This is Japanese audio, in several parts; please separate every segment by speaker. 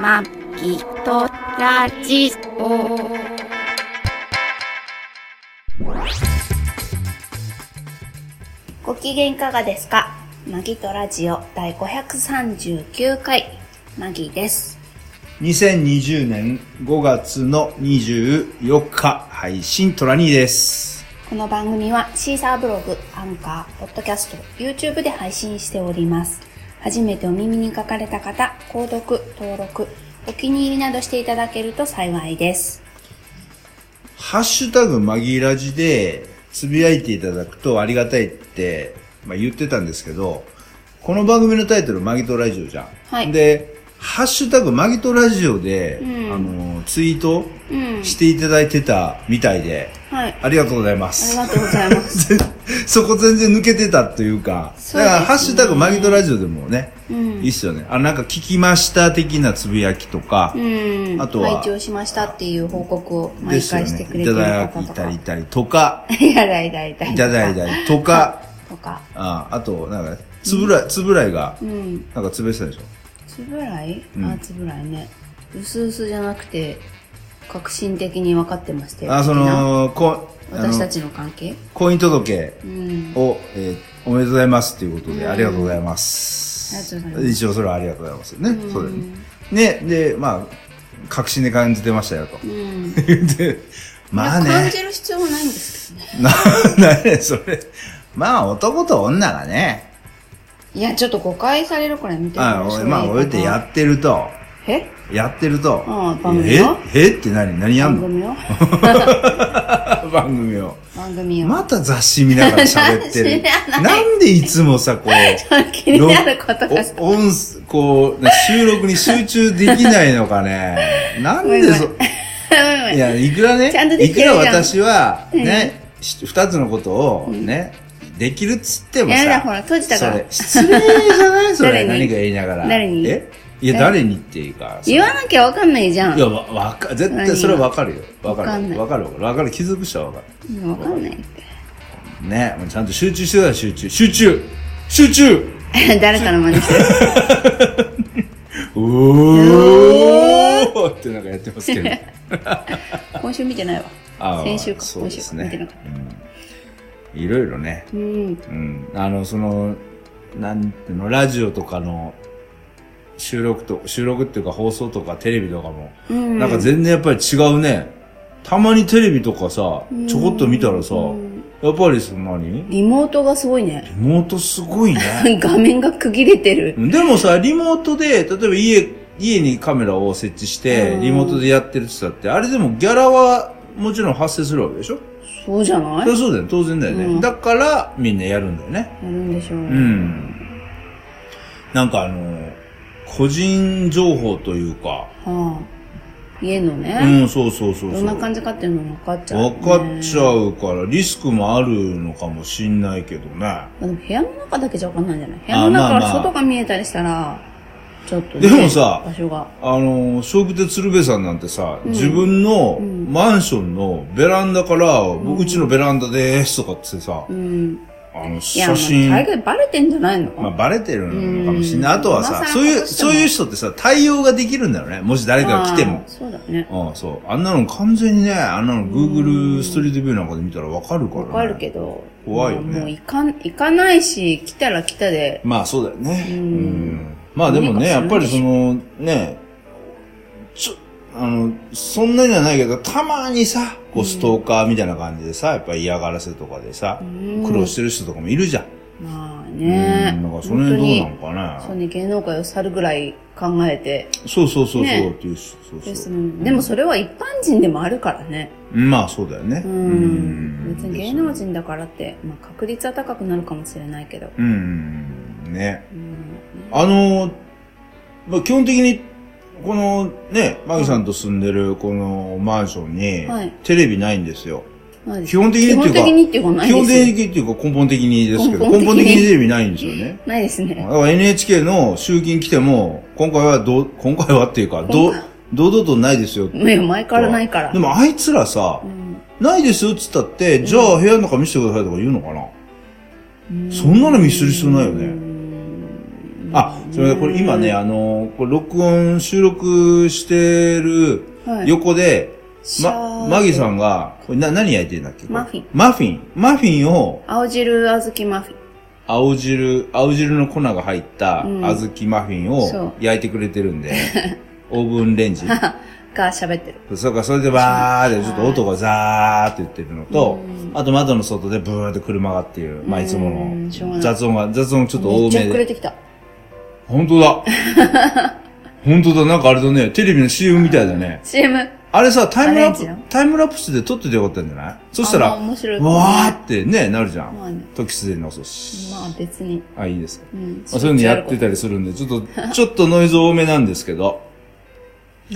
Speaker 1: まきとラジオ。ご機嫌いかがですかマギとラジオ第539回、マギです。
Speaker 2: 2020年5月の24日配信トラニーです。
Speaker 1: この番組はシーサーブログ、アンカー、ポッドキャスト、YouTube で配信しております。初めてお耳に書かれた方、購読、登録、お気に入りなどしていただけると幸いです。
Speaker 2: ハッシュタグマギラジでつぶやいていただくとありがたいって、まあ、言ってたんですけど、この番組のタイトルマギとラジオじゃん。
Speaker 1: はい
Speaker 2: で、ハッシュタグマギとラジオで、
Speaker 1: うん
Speaker 2: あの、ツイート
Speaker 1: うん。
Speaker 2: していただいてたみたいで、
Speaker 1: はい。
Speaker 2: ありがとうございま
Speaker 1: あり
Speaker 2: す。
Speaker 1: がとうございます。
Speaker 2: そこ全然抜けてたというか、
Speaker 1: そうですね
Speaker 2: だからハッシュタグマギトラジオでもね、
Speaker 1: うん
Speaker 2: いいっすよね。あ、なんか聞きました的なつぶやきとか
Speaker 1: う、ん。
Speaker 2: あとは
Speaker 1: 拝聴しましたっていう報告を毎
Speaker 2: ですよ
Speaker 1: 回して
Speaker 2: ね
Speaker 1: く。れ
Speaker 2: い
Speaker 1: て
Speaker 2: た
Speaker 1: る
Speaker 2: だ
Speaker 1: 方
Speaker 2: い
Speaker 1: と
Speaker 2: た
Speaker 1: か。
Speaker 2: りたりとか、
Speaker 1: いた だいたりとか。
Speaker 2: いただいたりとか、
Speaker 1: とか。
Speaker 2: ああと、なんか、つぶらい、つぶらいが
Speaker 1: う、ん。
Speaker 2: なんかつぶやいてたでしょ。
Speaker 1: つぶらい、
Speaker 2: うん
Speaker 1: あ、つぶらいね。うすうすじゃなくて、革新的に分かってまして。
Speaker 2: あ、その、こ、あ
Speaker 1: 私た
Speaker 2: の、
Speaker 1: ちの関係
Speaker 2: 婚姻届
Speaker 1: うん。
Speaker 2: を、えーおめでとうございますということで、
Speaker 1: うん
Speaker 2: ありがとうございます。
Speaker 1: ありがとうございます
Speaker 2: 一応それはありがとうございますよね。
Speaker 1: うん
Speaker 2: そうだよね。ね、で、まあ、確信で感じてましたよ と。
Speaker 1: うん。
Speaker 2: で、まあ
Speaker 1: 感
Speaker 2: ね、
Speaker 1: じる必要もないんですけどね。
Speaker 2: な、なにそれ。まあ男と女がね、
Speaker 1: いや、ちょっと誤解されるから見てみ
Speaker 2: あ
Speaker 1: ましょう。
Speaker 2: まあ俺ってやってると、
Speaker 1: え
Speaker 2: やってると
Speaker 1: あ、番組
Speaker 2: え
Speaker 1: を
Speaker 2: えって何何やん
Speaker 1: 番 組
Speaker 2: の
Speaker 1: を
Speaker 2: 番組を。
Speaker 1: 番組を。
Speaker 2: また雑誌見ながら喋ってる
Speaker 1: 知らな。い
Speaker 2: なんでいつもさ、こう、
Speaker 1: 気になること が
Speaker 2: ろお音声、こう、ね収録に集中できないのかね。なんでそ、いや、いくらね
Speaker 1: ちゃんと、で
Speaker 2: い
Speaker 1: き
Speaker 2: く
Speaker 1: るじゃ
Speaker 2: ら
Speaker 1: ん
Speaker 2: 私は、ね、し二つのことをね、できるっつってもさ、
Speaker 1: やだほら閉じたから
Speaker 2: それ、失礼じゃないそれ、
Speaker 1: 誰に
Speaker 2: 何か言いながら。
Speaker 1: 誰に
Speaker 2: えいや、誰にっていうか、
Speaker 1: 言わなきゃわかんないじゃん。
Speaker 2: いや、わ、わか、絶対それはわかるよ。わか
Speaker 1: わかんな
Speaker 2: る。
Speaker 1: い
Speaker 2: わかるわかる。わかる。気づく人はわかる。
Speaker 1: うんわかんないって。
Speaker 2: ね、もうちゃんと集中してください、集中。集中集中
Speaker 1: 誰かの真似して る。
Speaker 2: うおーってなんかやってますけ ど。
Speaker 1: 今週見てないわ。
Speaker 2: あー
Speaker 1: 先週か
Speaker 2: そうですね
Speaker 1: 今週か見て
Speaker 2: うんいろいろね。
Speaker 1: うん。
Speaker 2: うん。あの、その、なんていうの、ラジオとかの収録と、収録っていうか放送とかテレビとかも、
Speaker 1: うん。
Speaker 2: なんか全然やっぱり違うね。たまにテレビとかさ、ちょこっと見たらさ、
Speaker 1: うん
Speaker 2: やっぱりその何リ
Speaker 1: リモートがすごいね。
Speaker 2: モートすごいね。
Speaker 1: 画面が区切れてる。
Speaker 2: でもさ、リモートで、例えば家、家にカメラを設置して
Speaker 1: う、ん
Speaker 2: リモートでやってるって言ったって、あれでもギャラはもちろん発生するわけでしょ
Speaker 1: そうじゃな
Speaker 2: そ
Speaker 1: い
Speaker 2: りゃそうだよね。当然だよね。
Speaker 1: うん
Speaker 2: だから、みんなやるんだよね。
Speaker 1: やるんでしょう。う
Speaker 2: う。ん。なんかあの、個人情報というか、
Speaker 1: はあ。家の
Speaker 2: う
Speaker 1: ね。
Speaker 2: ん、そうそうそうそう。
Speaker 1: どんな感じかっていうのも分かっちゃう、
Speaker 2: わ
Speaker 1: ね。
Speaker 2: かっちゃうから、リスクもあるのかもしんないけどね。
Speaker 1: でも部屋の中だけじゃ分かんないんじゃない部屋の中
Speaker 2: あま
Speaker 1: から
Speaker 2: あまあ
Speaker 1: 外が見えたりしたら、ちょっと、
Speaker 2: でもさ
Speaker 1: 場所が。
Speaker 2: あの、笑福亭鶴瓶さんなんてさ、
Speaker 1: うん
Speaker 2: 自分の
Speaker 1: うん
Speaker 2: マンションのベランダから、う
Speaker 1: うん
Speaker 2: うちのベランダですとかってさ
Speaker 1: う、ん。い
Speaker 2: あの、
Speaker 1: や、も
Speaker 2: 写
Speaker 1: う
Speaker 2: 真、
Speaker 1: 大概バレてんじゃないの、
Speaker 2: まあ、バレてるのかもしれない。
Speaker 1: うん
Speaker 2: あと
Speaker 1: ま
Speaker 2: は
Speaker 1: あ
Speaker 2: さ、
Speaker 1: さ
Speaker 2: そういう、
Speaker 1: 隠しても
Speaker 2: そういう人ってさ、対応ができるんだよね。もし誰かが来て
Speaker 1: あ
Speaker 2: も
Speaker 1: あ。そうだね。
Speaker 2: うん、そう。あんなの完全にね、あんなの
Speaker 1: う
Speaker 2: Google
Speaker 1: ん
Speaker 2: ストリートビューなんかで見たらわかるから
Speaker 1: わ
Speaker 2: ね。
Speaker 1: かるけど。
Speaker 2: 怖いよね
Speaker 1: まあもう行かん、行かないし、来たら来たで。
Speaker 2: まあそうだよね。
Speaker 1: う
Speaker 2: うんん。まあでもね、や
Speaker 1: 何
Speaker 2: っ
Speaker 1: か
Speaker 2: ぱ
Speaker 1: する
Speaker 2: り
Speaker 1: んでしょ
Speaker 2: その、ね、ちょ、あの、そんなにはないけど、たまにさ、こうストーカーみたいな感じでさ、やっぱり嫌がらせとかでさ、
Speaker 1: うん
Speaker 2: 苦労してる人とかもいるじゃん。
Speaker 1: まあ
Speaker 2: うん。
Speaker 1: ね。
Speaker 2: なんかその辺どうなの
Speaker 1: そ
Speaker 2: か
Speaker 1: う
Speaker 2: ね。
Speaker 1: ね、芸能界を去るぐらい考えて
Speaker 2: そうそうそうそう、
Speaker 1: ね
Speaker 2: っていうし、そう
Speaker 1: です
Speaker 2: そう。
Speaker 1: もんね。でもそれは一般人でもあるからね。
Speaker 2: まあそうだよね。
Speaker 1: うん。別
Speaker 2: うん
Speaker 1: に芸能人だからって、まあ確率は高くなるかもしれないけど。
Speaker 2: うん。ね。
Speaker 1: うん。
Speaker 2: あのーまあ、基本的に、このね、マギさんと住んでるこのマンションに
Speaker 1: はい、
Speaker 2: テレビないんですよ。
Speaker 1: まあ
Speaker 2: 基本的に
Speaker 1: 基本
Speaker 2: っていうか
Speaker 1: 的にっていうかない
Speaker 2: 基
Speaker 1: で
Speaker 2: 本
Speaker 1: す
Speaker 2: 的
Speaker 1: ね。
Speaker 2: にっていうか根本的にですけど、
Speaker 1: 根
Speaker 2: 根
Speaker 1: 本
Speaker 2: 本
Speaker 1: 的
Speaker 2: 的
Speaker 1: に
Speaker 2: にテレビないんですよね。
Speaker 1: ないです
Speaker 2: だ
Speaker 1: ね。
Speaker 2: から NHK の集金来ても、今回はどう、今回はっていうか、どう堂々とないですよ。
Speaker 1: いや、前からないから。
Speaker 2: でもあいつらさ
Speaker 1: う、ん、
Speaker 2: ないですよっつったって、じゃあ部屋の中見せてくださいとか言うのかな、
Speaker 1: うん
Speaker 2: そんなの見せる必要ないよね
Speaker 1: うん
Speaker 2: あ、それでこれ今ね、あの、これ録音、収録してる
Speaker 1: はい
Speaker 2: 横で、
Speaker 1: シャー
Speaker 2: ま、マギさんが、これな、何焼いてるんだっけこれ
Speaker 1: マフィン
Speaker 2: マフィン。マフィンを、
Speaker 1: 青汁小豆マフィン。
Speaker 2: 青汁、青汁の粉が入った、
Speaker 1: うん
Speaker 2: 小豆マフィン
Speaker 1: そう
Speaker 2: を焼いてくれてる んで、オーブンレンジ。
Speaker 1: が喋ってる。
Speaker 2: そうか、それでバーって、ちょっと音がザーって言ってるのと
Speaker 1: うん、
Speaker 2: あと窓の外でブーって車がっていう、まあいつも
Speaker 1: うんしょうがない
Speaker 2: の雑音が、雑音ちょっと
Speaker 1: め
Speaker 2: 多
Speaker 1: っちゃ
Speaker 2: め
Speaker 1: くれ
Speaker 2: で。
Speaker 1: てきた。
Speaker 2: 本当 だ。本当だ、なんかあれだね、テレビの CM みたいだね。
Speaker 1: CM。
Speaker 2: あれさ、タイムラ
Speaker 1: アレンジ
Speaker 2: プ
Speaker 1: の、
Speaker 2: タイムラプスで撮っててよかったんじゃないそした
Speaker 1: あ
Speaker 2: ら、
Speaker 1: まあ面白いかもね
Speaker 2: わーってね、なるじゃ
Speaker 1: まあね
Speaker 2: ん。時すでに遅いし。
Speaker 1: まあ別に。
Speaker 2: あ、いいですか。
Speaker 1: うん。
Speaker 2: まあそういうのやってたりするんで、ちょっと、ちょっとノイズ多めなんですけど、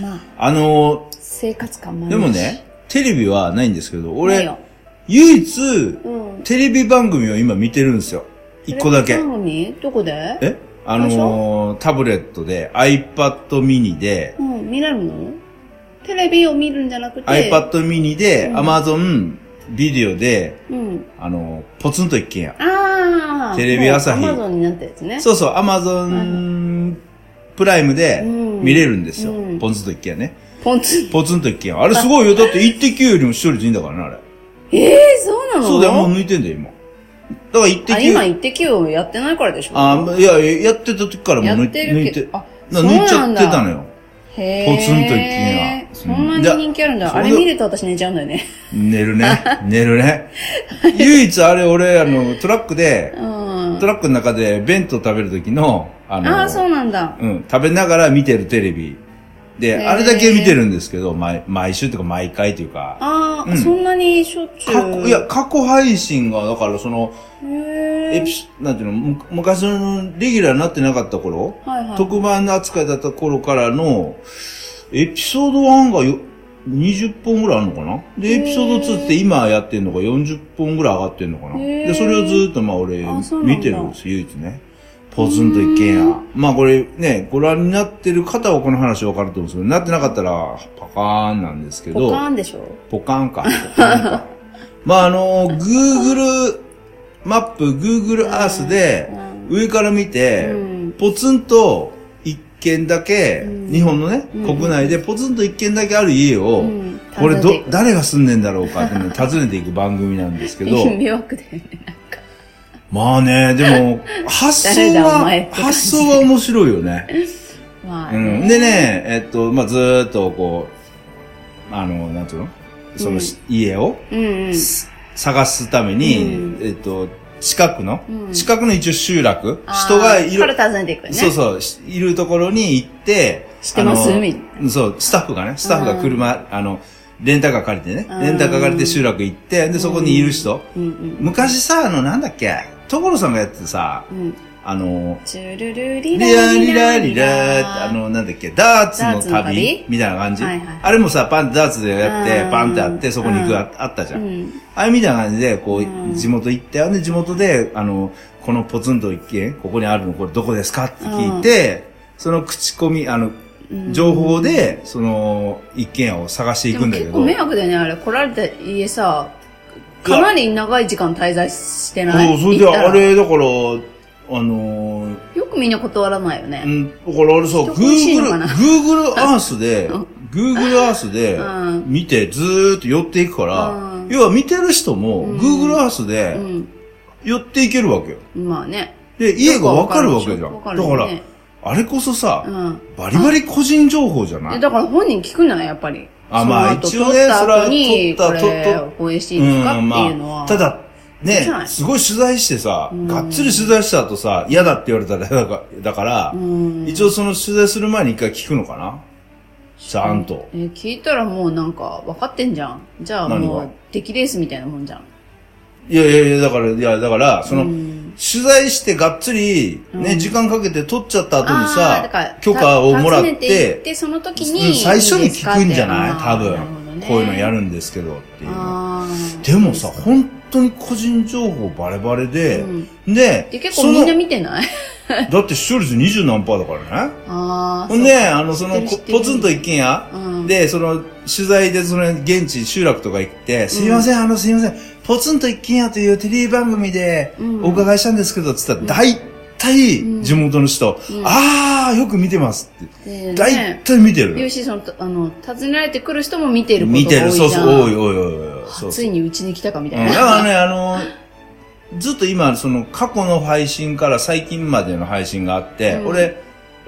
Speaker 1: まあ、
Speaker 2: あのー、
Speaker 1: 生活感もある
Speaker 2: で
Speaker 1: し
Speaker 2: も。ね、テレビはないんですけ
Speaker 1: な
Speaker 2: ど、
Speaker 1: い
Speaker 2: 俺
Speaker 1: よ、
Speaker 2: 唯一、
Speaker 1: うん。
Speaker 2: テレビ番組を今見てるんですよ。一個だけ
Speaker 1: テレ。ビ番組どこで
Speaker 2: えあ
Speaker 1: 最
Speaker 2: のー、タブレットで、iPad mini で、
Speaker 1: うん、見られるのテレビを見るんじゃなくて。
Speaker 2: iPad mini で、
Speaker 1: うん
Speaker 2: Amazon ビデオで、
Speaker 1: うん。
Speaker 2: あのー、ポツンと一軒家。
Speaker 1: ああ。
Speaker 2: テレビ朝日
Speaker 1: アマゾンになったやつね。
Speaker 2: そうそう、Amazon プライムで
Speaker 1: うん
Speaker 2: 見れるんですよ
Speaker 1: うん。
Speaker 2: ポツンと一軒家ね。
Speaker 1: ポンツ。
Speaker 2: ポツンと一軒家。あれすごいよ。だって1.9よりも視聴率いいんだからね、あれ。
Speaker 1: ええそうなの
Speaker 2: そうだよ、もう抜いてんだよ、今。だから
Speaker 1: あ、今、
Speaker 2: 1.9。
Speaker 1: イッテ Q をやってないからでしょ
Speaker 2: あ、いや、やってた時からも
Speaker 1: や
Speaker 2: う
Speaker 1: っ
Speaker 2: 抜い
Speaker 1: て
Speaker 2: 抜
Speaker 1: る
Speaker 2: い
Speaker 1: け
Speaker 2: て
Speaker 1: ど。。あ、
Speaker 2: な抜いちゃってたの
Speaker 1: よ。
Speaker 2: よ。
Speaker 1: へ
Speaker 2: ポツンと一軒家
Speaker 1: そんなに人気あるんだ。
Speaker 2: うん
Speaker 1: あれ見ると私寝ちゃうんだよね。
Speaker 2: 寝 るね。寝るね。唯一あれ俺、あの、トラックで
Speaker 1: う、ん。あ
Speaker 2: トラックの中で弁当食べる時の、あの、
Speaker 1: あ、そうなんだ。
Speaker 2: うん、食べながら見てるテレビ。
Speaker 1: へ
Speaker 2: で、
Speaker 1: ー
Speaker 2: あれだけ見てるんですけど、毎毎週とか毎回というか、
Speaker 1: ああ、
Speaker 2: うん
Speaker 1: そんなにしょっちゅ
Speaker 2: 過
Speaker 1: う。
Speaker 2: 去、いや、過去配信が、だからその、
Speaker 1: へ
Speaker 2: エ
Speaker 1: え。
Speaker 2: ピソなんていうの、む昔のレギュラーになってなかった頃、
Speaker 1: はいはい。
Speaker 2: 特番の扱いだった頃からの、エピソード1がよ20本ぐらいあるのかなで、
Speaker 1: へー
Speaker 2: エピソード2って今やってんのが40本ぐらい上がってんのかな
Speaker 1: へー
Speaker 2: で、それをずっとまあ俺
Speaker 1: あそうなんだ
Speaker 2: 見てるんです、唯一ね。ポツンと一軒家。まあこれね、ご覧になってる方はこの話わかると思うんですけど、なってなかったらパカーンなんですけど、
Speaker 1: ポカーンでしょ
Speaker 2: ポカンか。ポカ ンかまああの、Google マップ、Google Earth で
Speaker 1: うん
Speaker 2: 上から見て、
Speaker 1: うん
Speaker 2: ポツンと一軒だけ、
Speaker 1: うん
Speaker 2: 日本のね、
Speaker 1: うん
Speaker 2: 国内でポツンと一軒だけある家を、
Speaker 1: うん
Speaker 2: これ
Speaker 1: 訪
Speaker 2: ど
Speaker 1: ねてい、く
Speaker 2: 誰が住んでんだろうかって いうのを訪ねていく番組なんですけど、
Speaker 1: 迷惑だよね。
Speaker 2: まあね、でも、発想
Speaker 1: 誰だお前って、
Speaker 2: は
Speaker 1: 感じ
Speaker 2: 発 想は面白いよね。
Speaker 1: まあね。
Speaker 2: うん、でね、えっと、まあずーっとこう、あの、なんていうのそのし、家を、
Speaker 1: うんうん。
Speaker 2: 探すために、
Speaker 1: う
Speaker 2: えっと、近くの、
Speaker 1: うん
Speaker 2: 近くの一応集落、
Speaker 1: あー
Speaker 2: 人がい
Speaker 1: から
Speaker 2: る、
Speaker 1: 訪ねていくよね。
Speaker 2: そうそう、しいるところに行って、
Speaker 1: 知ってます
Speaker 2: あの
Speaker 1: みたい
Speaker 2: そう、スタッフがね、スタッフが車、あの、レンタカー借りてね
Speaker 1: う、ん
Speaker 2: レンタカー借りて集落行って、で、そこにいる人。
Speaker 1: うんうん。
Speaker 2: 昔さ、あの、なんだっけ、所さんがやっててさ、
Speaker 1: うん。
Speaker 2: あの、
Speaker 1: チュルルリ
Speaker 2: リ
Speaker 1: ラ
Speaker 2: ラ
Speaker 1: リ
Speaker 2: リ
Speaker 1: ラ
Speaker 2: ラ
Speaker 1: リ
Speaker 2: リ
Speaker 1: ラ
Speaker 2: ラって、あ、の、なんだっけ、ダーツ
Speaker 1: ダー
Speaker 2: の
Speaker 1: ツの旅
Speaker 2: 旅みたいな感じ
Speaker 1: はいはい。
Speaker 2: あれもさ、パンってダーツでやっ
Speaker 1: う
Speaker 2: て
Speaker 1: ん、
Speaker 2: パンってあって、そこに行
Speaker 1: う
Speaker 2: く、
Speaker 1: ん
Speaker 2: ああったじ
Speaker 1: う
Speaker 2: ゃん。
Speaker 1: ん。
Speaker 2: あれみたいな感じで、こ
Speaker 1: うん
Speaker 2: う、地元行って、あの地元で、あの、このポツンと一軒、ここにあるの、これどこですかって聞いて、その口コミ、あの、情報で、その、一軒家を探してい
Speaker 1: で
Speaker 2: く
Speaker 1: も
Speaker 2: んだけ
Speaker 1: 結構
Speaker 2: ど。
Speaker 1: 迷惑だよね、あれ。来られた家さ、かなり長い時間滞在してない
Speaker 2: そう、それで、
Speaker 1: 行ったら
Speaker 2: あれ、だから、あのー、
Speaker 1: よくみんな断らないよ
Speaker 2: う
Speaker 1: ね。
Speaker 2: ん、だからあれさ、
Speaker 1: 人恋しいの
Speaker 2: Google
Speaker 1: かな、
Speaker 2: Google Earth で、Google Earth で
Speaker 1: う、ん
Speaker 2: 見て、ずーっと寄っていくから、
Speaker 1: うん
Speaker 2: 要は見てる人も、
Speaker 1: うん
Speaker 2: Google Earth
Speaker 1: う
Speaker 2: で、
Speaker 1: ん。
Speaker 2: 寄っていけるわけよ。
Speaker 1: まあね。
Speaker 2: で、家がわかるわけじゃん。
Speaker 1: わ
Speaker 2: だ
Speaker 1: か
Speaker 2: か
Speaker 1: るよ
Speaker 2: ら
Speaker 1: ね、
Speaker 2: あれこそさ、
Speaker 1: うん。
Speaker 2: バリバリ個人情報じゃない
Speaker 1: えだから本人聞くんじゃないやっぱり。
Speaker 2: あまあ
Speaker 1: その後
Speaker 2: 一応ね
Speaker 1: 撮った後に、
Speaker 2: それ
Speaker 1: こ
Speaker 2: は撮った
Speaker 1: れ
Speaker 2: 撮っ、
Speaker 1: 応援していいですかっていうの
Speaker 2: ま
Speaker 1: は。
Speaker 2: あ、た、だ、
Speaker 1: じゃな
Speaker 2: ね
Speaker 1: い、
Speaker 2: すごい取材してさ、
Speaker 1: ん
Speaker 2: がっつり取材した後さ、嫌だって言われたら嫌だかだから
Speaker 1: う、ん。
Speaker 2: 一応その取材する前に一回聞くのかなちゃんと。
Speaker 1: えー聞いたらもうなんか分かってんじゃん。じゃあ
Speaker 2: 何
Speaker 1: も
Speaker 2: が
Speaker 1: う、出来レースみたいなもんじゃん。
Speaker 2: いやいやいや、だから、いや、だから、その、
Speaker 1: うん
Speaker 2: 取材してがっつり、ね、時間かけて撮っちゃった後に
Speaker 1: あーだから
Speaker 2: さ、許可をもらっ、
Speaker 1: 訪ねて行ってて、その時
Speaker 2: う
Speaker 1: に。
Speaker 2: ん最初に聞くんじゃない
Speaker 1: いいですかっ
Speaker 2: 多
Speaker 1: てあーな
Speaker 2: 分
Speaker 1: るほどね
Speaker 2: こういうのやるんですけどっていうの。
Speaker 1: あー
Speaker 2: でもさ、本当に個人情報バレバレで、で、
Speaker 1: で、結構みん
Speaker 2: そ
Speaker 1: な
Speaker 2: の
Speaker 1: 見てない
Speaker 2: だって視聴率20何パーだからね。
Speaker 1: ああ。
Speaker 2: ほんで、あの、その、
Speaker 1: 知
Speaker 2: こ
Speaker 1: ってる
Speaker 2: ポツンと一軒家
Speaker 1: うん
Speaker 2: で、その、取材で、その、現地、集落とか行って、すいません、あの、すいません、ポツンと一軒家というテレビ番組で
Speaker 1: うん、
Speaker 2: お伺いしたんですけど、つったら、大対地元の人、あー、よく見てますって。
Speaker 1: ね
Speaker 2: 大体見てる
Speaker 1: 言う
Speaker 2: よ。
Speaker 1: し、その、とあの、訪ねられてくる人も見てることが多い
Speaker 2: 見てる。そう
Speaker 1: じ
Speaker 2: そ
Speaker 1: ゃ
Speaker 2: う、
Speaker 1: ん
Speaker 2: おいおいおいおい。そう
Speaker 1: つ
Speaker 2: そう。
Speaker 1: いにうちに来たかみた
Speaker 2: う
Speaker 1: い
Speaker 2: んだ
Speaker 1: な。
Speaker 2: からね、あの、ずっと今、その過去の配信から最近までの配信があって、
Speaker 1: うん
Speaker 2: 俺、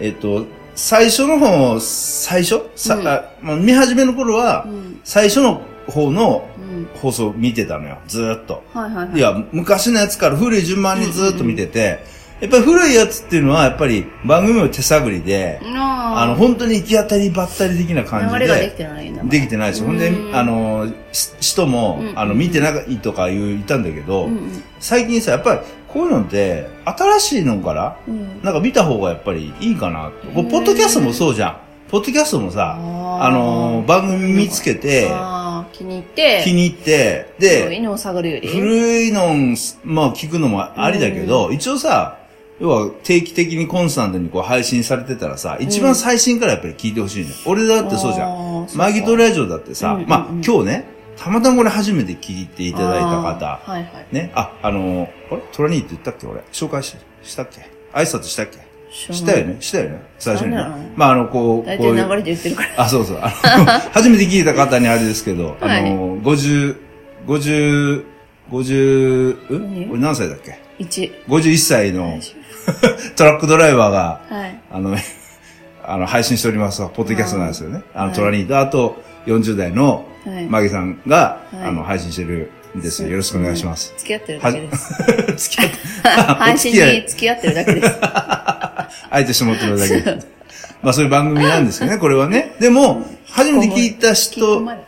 Speaker 2: えっと、最初の方、最初、さ
Speaker 1: うん
Speaker 2: あまあ見始めの頃は、
Speaker 1: うん。
Speaker 2: 最初の方の
Speaker 1: うん。
Speaker 2: 放送見てたのよ、ずーっと。
Speaker 1: はいはいはい。
Speaker 2: いや、昔のやつから古い順番にずーっと見てて、やっぱり古いやつっていうのは、やっぱり番組を手探りで、
Speaker 1: あ
Speaker 2: あの、本当に行き当たりばったり的な感じ
Speaker 1: 流れができ
Speaker 2: で、
Speaker 1: てないんだ。
Speaker 2: できてないし、ほんで
Speaker 1: う、ん
Speaker 2: あの、し人も
Speaker 1: う、ん
Speaker 2: あの、見てないとか言ったんだけど
Speaker 1: う、ん
Speaker 2: 最近さ、やっぱりこういうのって、新しいのから、
Speaker 1: うん。うん。
Speaker 2: なんか見た方がやっぱりいいかなと。こ
Speaker 1: う
Speaker 2: れ
Speaker 1: ん
Speaker 2: ポッドキャストもそうじゃん。ポッドキャストもさ、
Speaker 1: あー
Speaker 2: あの、番組見つけて、
Speaker 1: ああ、気に入って、
Speaker 2: 気に入って、
Speaker 1: 入
Speaker 2: で
Speaker 1: 古、いのを探るより。
Speaker 2: 古いのん、まあ聞くのもありだけど、一応さ、要は定期的にコンスタントにこう配信されてたらさ、一番最新からやっぱり聞いてほしいね。俺だってそうじゃん。
Speaker 1: ん
Speaker 2: マギトラジオだって
Speaker 1: う
Speaker 2: さ、
Speaker 1: んうんうん
Speaker 2: まあ今日ね、たまたまこれ初めて聞いていただいた方、
Speaker 1: はいはい。
Speaker 2: ね、あ、あのー、あれトラニーって言ったっけ俺。紹介ししたっけ挨拶したっけ
Speaker 1: 知
Speaker 2: したよ。ねしたよね最初にね
Speaker 1: したんじゃない。
Speaker 2: まああの、こう、
Speaker 1: 大
Speaker 2: こ
Speaker 1: 体
Speaker 2: ういう
Speaker 1: 流れで言ってるから。
Speaker 2: あ、そうそう。あの 初めて聞いた方にあれですけど、
Speaker 1: はい
Speaker 2: あの、50、50、50、ん
Speaker 1: 何
Speaker 2: 俺何歳だっけ
Speaker 1: 1。
Speaker 2: ?51 歳の トラックドライバーが、
Speaker 1: はい。
Speaker 2: あの、 あの、配信しておりますわポッドキャストなんですよね。あの、
Speaker 1: はい
Speaker 2: トラニーと、あと、40代の
Speaker 1: はい、
Speaker 2: マギさんが、
Speaker 1: はい
Speaker 2: あの、配信してるんですよ。よろしくお願い します。
Speaker 1: 付き合ってるだけです。
Speaker 2: 付き合って、
Speaker 1: 配信
Speaker 2: お 付き合い
Speaker 1: に付き合ってるだけ です。
Speaker 2: あえてしてもらってるだけで。まあ、そういう番組なんですよね、これはね。でも、初めて聞いた
Speaker 1: 聞き込
Speaker 2: 人
Speaker 1: まれ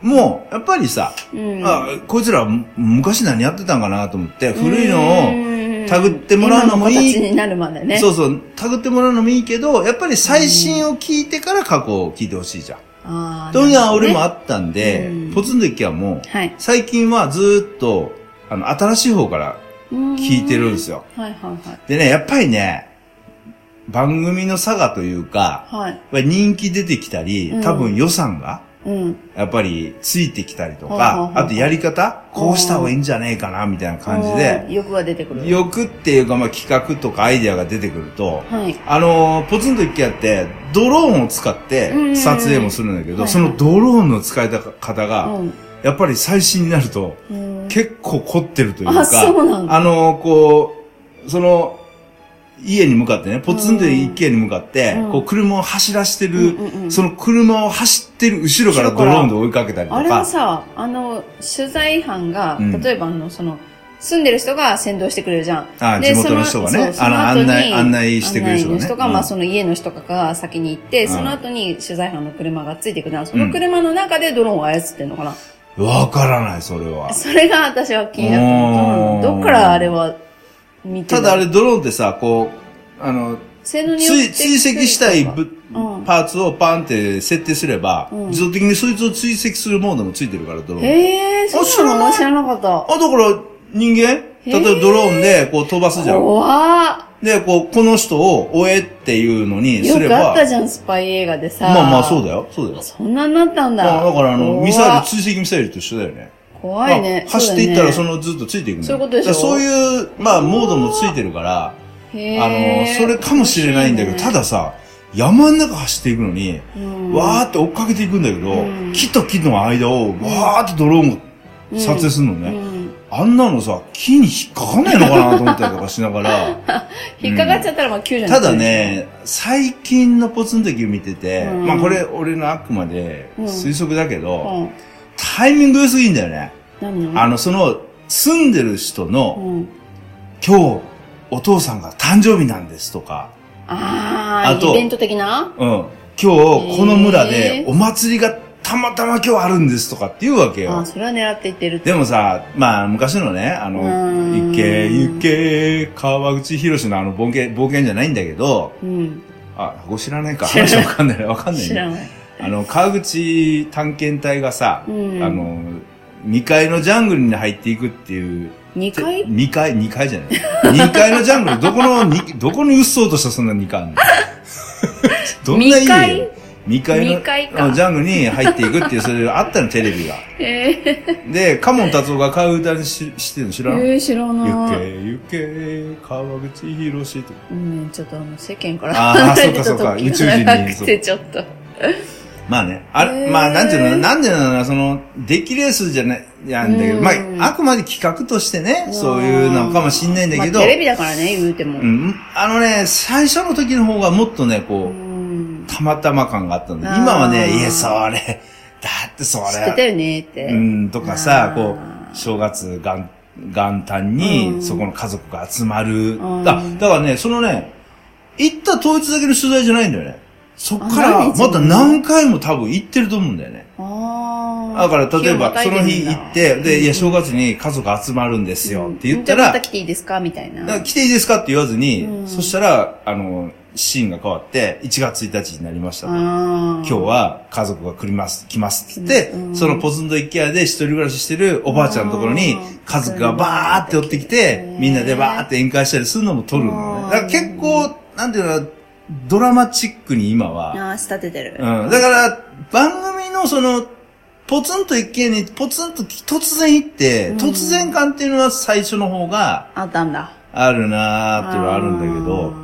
Speaker 2: も、やっぱりさ、
Speaker 1: うん
Speaker 2: あ、こいつらむ昔何やってたんかなと思って、古いのを、
Speaker 1: の
Speaker 2: たぐってもらうのもいい
Speaker 1: 今の形になるまでね。
Speaker 2: そうそう、たぐってもらうのもいいけど、やっぱり最新を聞いてから過去を聞いてほしいじゃん。
Speaker 1: あー
Speaker 2: というの
Speaker 1: な
Speaker 2: は
Speaker 1: るほど
Speaker 2: 俺
Speaker 1: ね
Speaker 2: もあったんで
Speaker 1: うん、
Speaker 2: ポツンと一軒はもう、
Speaker 1: はい。
Speaker 2: 最近はずーっと、あの、新しい方から聞
Speaker 1: 聞
Speaker 2: いてるんですよ。
Speaker 1: はいはいはい。
Speaker 2: でね、やっぱりね、番組の差がというか、
Speaker 1: はい。
Speaker 2: やっぱり人気出てきたり
Speaker 1: う、ん
Speaker 2: 多分予算が、
Speaker 1: うん。
Speaker 2: やっぱりついてきたりと
Speaker 1: はあはあ
Speaker 2: か
Speaker 1: は、あ
Speaker 2: あとやり方、こうした方がいいんじゃねえかな、みたいな感じで
Speaker 1: お、ー。欲が出てくる。
Speaker 2: 欲っていうか、まあ、企画とかアイデアが出てくると、
Speaker 1: はい。
Speaker 2: あのーポツンと一軒あって、ドローンを使って
Speaker 1: うん
Speaker 2: 撮影もするんだけ
Speaker 1: はいは
Speaker 2: ど、
Speaker 1: い
Speaker 2: そのドローンの使い方が、
Speaker 1: うん
Speaker 2: やっぱり最新になると、
Speaker 1: うん。
Speaker 2: 結構凝ってるというか、
Speaker 1: あそうなんだ
Speaker 2: あのーこう、その、家に向かってね、ポツンと一軒に向かって、
Speaker 1: うん
Speaker 2: こう、車を走らしてる、
Speaker 1: うんうんうん
Speaker 2: その車を走ってる後ろからドローンで追いかけたりと
Speaker 1: あれは
Speaker 2: か、
Speaker 1: さ、あの、取材班が、
Speaker 2: うん
Speaker 1: 例えばあの、その、住んでる人が先導してくれるじゃん。
Speaker 2: あ
Speaker 1: で
Speaker 2: 地元の人がね
Speaker 1: そのそうそ
Speaker 2: あの
Speaker 1: の後に
Speaker 2: 案内案内してくれる人がね
Speaker 1: 案内の人が、
Speaker 2: うん
Speaker 1: まあその家の人とかが先に行って、
Speaker 2: ん
Speaker 1: その後に取材班の車がついてくるじゃん。その車の中でドローンを操ってんのかな、
Speaker 2: わからない、それは。
Speaker 1: それが私は気にな
Speaker 2: おー
Speaker 1: ったのどっからあれは見て
Speaker 2: た
Speaker 1: る
Speaker 2: だあれ、ドローンってさ、こう、あの、
Speaker 1: 性能によっ
Speaker 2: 追
Speaker 1: て
Speaker 2: 追跡したいぶ、
Speaker 1: うん
Speaker 2: パーツをパンって設定すれば、
Speaker 1: うん
Speaker 2: 自動的にそいつを追跡するモードもついてるから、ドローン。
Speaker 1: えー、そうなの知らなかった。
Speaker 2: あ、だから、人間例えば
Speaker 1: へー
Speaker 2: ドローンでこう飛ばすじゃん。
Speaker 1: 怖っ
Speaker 2: で、こう、この人を追えっていうのにす
Speaker 1: よ
Speaker 2: れ
Speaker 1: くあ
Speaker 2: ば
Speaker 1: っ、たじゃん、スパイ映画でさ。
Speaker 2: まあまあそうだよ、そうだよ。
Speaker 1: そんなになったんだ。
Speaker 2: あだからあの、
Speaker 1: 怖
Speaker 2: ミサイル、追跡ミサイルと一緒だよね。
Speaker 1: 怖いね
Speaker 2: ま。あ走っていったらそ
Speaker 1: の、
Speaker 2: のずっとついていくのよ
Speaker 1: そういうことでしょ
Speaker 2: だからそういう、まあ、モードもついてるから、
Speaker 1: へー
Speaker 2: あの、それかもしれないんだけど、
Speaker 1: 面白
Speaker 2: たださ、山の中走っていくのに、
Speaker 1: うん
Speaker 2: わーって追っかけていくんだけど、
Speaker 1: うん
Speaker 2: 木と木の間をわーってドローンを撮影するの
Speaker 1: う
Speaker 2: ね、
Speaker 1: ん
Speaker 2: あんなのさ、木に引っかかないのかなと思ったりとかしなが ら、
Speaker 1: 引っかかっちゃったらまあ救助にな
Speaker 2: た
Speaker 1: っちゃ
Speaker 2: だ
Speaker 1: う
Speaker 2: ね、最近のポツンと木を見てて、
Speaker 1: うん
Speaker 2: まあこれ俺のあくまで
Speaker 1: うん
Speaker 2: 推測だけど、
Speaker 1: うん。
Speaker 2: タイミング良すぎんだよね。
Speaker 1: 何の
Speaker 2: あの、その、住んでる人の、
Speaker 1: うん。
Speaker 2: 今日、お父さんが誕生日なんですとか、
Speaker 1: あ
Speaker 2: あ
Speaker 1: ー、
Speaker 2: と
Speaker 1: イベント的な
Speaker 2: うん。今日、この村
Speaker 1: へ
Speaker 2: で
Speaker 1: ー
Speaker 2: お祭りがたまたま今日あるんですとかっていうわけ
Speaker 1: あー
Speaker 2: よ。
Speaker 1: それは狙っていってるって。
Speaker 2: でもさ、まあ、昔のね、あ
Speaker 1: う
Speaker 2: の、
Speaker 1: ーん
Speaker 2: 行け、行け、川口博士のあの冒険、冒険じゃないんだけど、
Speaker 1: うん。
Speaker 2: あ、ここ知らないか。
Speaker 1: 知らない
Speaker 2: 話わかんない。わかんない
Speaker 1: 知
Speaker 2: ね。
Speaker 1: らない。
Speaker 2: あの、川口探検隊がさ、
Speaker 1: うん
Speaker 2: あの、2階のジャングルに入っていくっていう
Speaker 1: 二階
Speaker 2: 二階二階じゃない二階のジャング ル、どこの、にどこにうっそうとしたそんな二階あんのどんな意
Speaker 1: 二階
Speaker 2: 味未開の
Speaker 1: 未開か
Speaker 2: うんジャンルに入っていくっていう、それあったの、テレビが。
Speaker 1: え
Speaker 2: で、カモン達夫が替え歌にししてるの知
Speaker 1: ー、
Speaker 2: らん
Speaker 1: えー、知ら
Speaker 2: ゆ
Speaker 1: ない。
Speaker 2: けゆけ、川口博士とか。
Speaker 1: うん、ちょっとあの、世間から
Speaker 2: あー
Speaker 1: 離れて
Speaker 2: そうかそうか
Speaker 1: ちょっと聞けなくて
Speaker 2: 宇
Speaker 1: ちょっと。
Speaker 2: まあね。あ
Speaker 1: へ
Speaker 2: れ、
Speaker 1: ー
Speaker 2: まあ、なんていうの、なんでなのかな、その、出来レースじゃない、やんだけど、
Speaker 1: うん
Speaker 2: まあ、あくまで企画としてね、そういうのかもしんないんだけ
Speaker 1: ま
Speaker 2: ど、
Speaker 1: あテレビだからね、言うても。
Speaker 2: う。ん、あのね、最初の時の方がもっとね、こう、
Speaker 1: ん、
Speaker 2: たまたま感があったんで、
Speaker 1: あー
Speaker 2: 今はね、いや、それ、だってそ
Speaker 1: 知ってた
Speaker 2: れ、
Speaker 1: よねって。
Speaker 2: うん、とかさ
Speaker 1: あ、ー
Speaker 2: こう、正月元、元旦
Speaker 1: う
Speaker 2: に、
Speaker 1: ん
Speaker 2: そこの家族が集まる。
Speaker 1: うん
Speaker 2: だだからね、そのね、行った統一だけの取材じゃないんだよね。そっか
Speaker 1: あ
Speaker 2: ら、
Speaker 1: 何日も
Speaker 2: また何回も多分行ってると思うんだよね。
Speaker 1: ああ。
Speaker 2: だから、例
Speaker 1: 日
Speaker 2: え
Speaker 1: をま
Speaker 2: ば、
Speaker 1: たい
Speaker 2: そ
Speaker 1: で
Speaker 2: の
Speaker 1: るんだ
Speaker 2: 日行って、で、いや、正月に家族集まるんですよって言った
Speaker 1: じゃあ
Speaker 2: ら、
Speaker 1: また来ていいですかみたいな。
Speaker 2: だから来ていいですかって言わずに、
Speaker 1: うん
Speaker 2: そしたら、あの、シーンが変わって、1月1日になりましたと。
Speaker 1: 今
Speaker 2: 今日は家族が来ります、来ますって言って、
Speaker 1: うん
Speaker 2: そのポツンと一軒家で一人暮らししてるおばあちゃんのところに
Speaker 1: うん
Speaker 2: 家族がバーって寄ってきて
Speaker 1: う、ん
Speaker 2: みんなでバーって宴会したりするのも撮るの
Speaker 1: う
Speaker 2: ね。
Speaker 1: ん
Speaker 2: だから結構、なんていうの、ドラマチックに今は。
Speaker 1: ああ、仕立ててる。
Speaker 2: うん。だから、番組のその、ポツンと一軒家にポツンと突然行って、
Speaker 1: うん
Speaker 2: 突然感っていうのは最初の方が
Speaker 1: あったんだ。
Speaker 2: あるなーっていうのはあるんだけど、
Speaker 1: あー。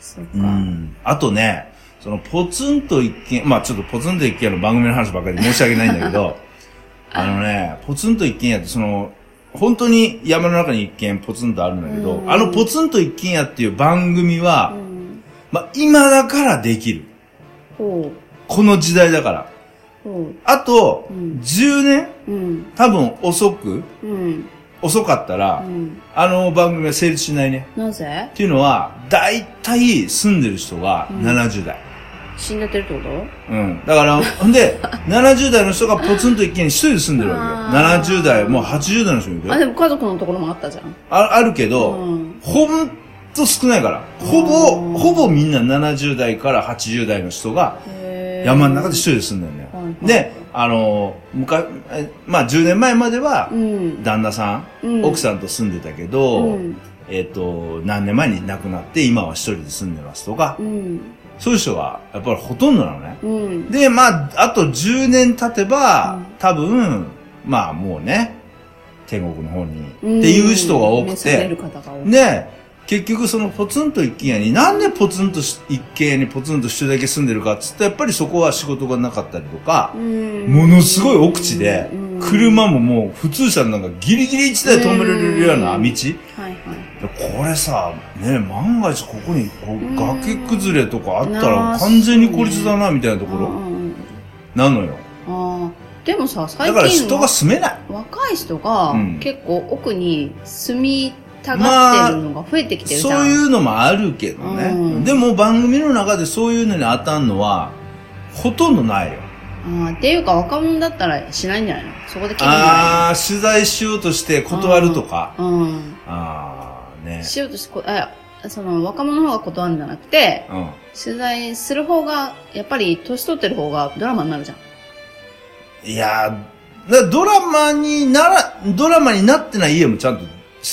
Speaker 1: そっか。
Speaker 2: うん。あとね、そのポツンと一軒、まあちょっとポツンと一軒家の番組の話ばっかりで申し訳ないんだけ ど、あのね、ポツンと一軒家ってその、本当に山の中に一軒ポツンとあるんだけど
Speaker 1: う、ん
Speaker 2: あのポツンと一軒家っていう番組
Speaker 1: う
Speaker 2: は、
Speaker 1: ん。
Speaker 2: まあ今だからできる。
Speaker 1: ほ
Speaker 2: この時代だから。
Speaker 1: う。ほ
Speaker 2: あと、
Speaker 1: うん
Speaker 2: 10年
Speaker 1: う。うん。
Speaker 2: 多分遅く、
Speaker 1: うん。
Speaker 2: 遅かった
Speaker 1: う
Speaker 2: ら、
Speaker 1: ん。
Speaker 2: あの番組は成立しないね。
Speaker 1: なぜ
Speaker 2: っていうのは、大体住んでる人が
Speaker 1: うん
Speaker 2: 70代。
Speaker 1: 死んじゃってるってこと
Speaker 2: うん。だから、ほんで、70代の人がポツンと一軒に一人で住んでるわ
Speaker 1: あー
Speaker 2: けよ。70代、もう80代の人もいるよ
Speaker 1: あ、でも家族のところもあったじゃん。
Speaker 2: ああるけど、
Speaker 1: うん
Speaker 2: ほんと少ないから。ほ
Speaker 1: うん
Speaker 2: ぼ、ほぼみんな70代から80代の人が
Speaker 1: へー
Speaker 2: 山の中で一人で住んでる
Speaker 1: は
Speaker 2: の
Speaker 1: い
Speaker 2: よ
Speaker 1: は。い
Speaker 2: で、あの、むか、えまあ10年前までは
Speaker 1: う、ん。
Speaker 2: 旦那さん、
Speaker 1: うん
Speaker 2: 奥さんと住んでたけど、
Speaker 1: うん
Speaker 2: えっ、と、何年前に亡くなって今は一人で住んでますとか、
Speaker 1: うん。
Speaker 2: そういう人がやっぱりほとんどなのね。
Speaker 1: うん。
Speaker 2: で、まあ、あと10年経てば、
Speaker 1: うん
Speaker 2: 多分、まあもうね、天国の方に、って
Speaker 1: ん
Speaker 2: いう人が多
Speaker 1: 召
Speaker 2: く
Speaker 1: される
Speaker 2: て、
Speaker 1: 方が多くて。
Speaker 2: ね、結局そのポツンと一軒家に、なんでポツンとし一軒家にポツンと一人だけ住んでるかっつって、やっぱりそこは仕事がなかったりとか、
Speaker 1: うん
Speaker 2: ものすごい奥地で
Speaker 1: うん、
Speaker 2: 車ももう普通車のなんかギリギリ一台止められるような
Speaker 1: うん
Speaker 2: 道。
Speaker 1: はいはい。
Speaker 2: これさ、ね、万が一ここにこ
Speaker 1: う
Speaker 2: うん崖崩れとかあった
Speaker 1: な
Speaker 2: ら
Speaker 1: あ
Speaker 2: 完全に孤立だな、みたいなとこ
Speaker 1: う
Speaker 2: ろ
Speaker 1: んうんうん
Speaker 2: なのよ。
Speaker 1: ああ。でもさ、最
Speaker 2: だ
Speaker 1: 近
Speaker 2: から人が住めない。
Speaker 1: 若い人が
Speaker 2: うん
Speaker 1: 結構奥に住みたがってるのが増えてきてるじゃん。
Speaker 2: そういうのもあるけどね。
Speaker 1: うん
Speaker 2: でも番組の中でそういうのに当たんのは、ほとんどないよ。
Speaker 1: あーっていうか若者だったらしないんじゃないのそこで気分ない
Speaker 2: ああ、取材しようとして断るとか。
Speaker 1: うん。
Speaker 2: ああ、ね。
Speaker 1: しようとしてこ、あその若者の方が断るんじゃなくて、
Speaker 2: うん。
Speaker 1: 取材する方が、やっぱり年取ってる方がドラマになるじゃん。
Speaker 2: いやーだからドラマになら、ドラマになってない家もちゃんと取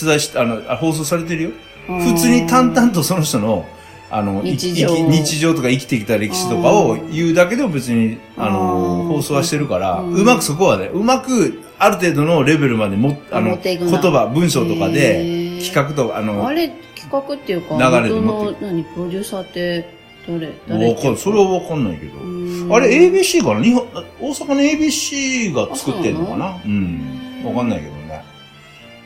Speaker 2: 材して、あの、あ放送されてるよ。
Speaker 1: うん
Speaker 2: 普通に淡々とその人の、あの、い
Speaker 1: 日常
Speaker 2: 生き日常とか生きてきた歴史とかを
Speaker 1: うん
Speaker 2: 言うだけでも別に、あの、
Speaker 1: うん
Speaker 2: 放送はしてるから、
Speaker 1: うん
Speaker 2: うまくそこはね、うまく、ある程度のレベルまでも、あ
Speaker 1: 持
Speaker 2: の、
Speaker 1: ってい
Speaker 2: 言
Speaker 1: くんだ
Speaker 2: 葉、文章とかで、
Speaker 1: へー
Speaker 2: 企画とか、あの、
Speaker 1: あ
Speaker 2: わ
Speaker 1: れ、企画っていうか、
Speaker 2: 流れで持
Speaker 1: 元
Speaker 2: っ
Speaker 1: の、何、プロデューサーって、誰誰ってい
Speaker 2: か、
Speaker 1: うん
Speaker 2: それはわかんないけど。
Speaker 1: うん
Speaker 2: あれ ABC かな日本、大阪の ABC が作ってんのかなうん。わかんないけどね。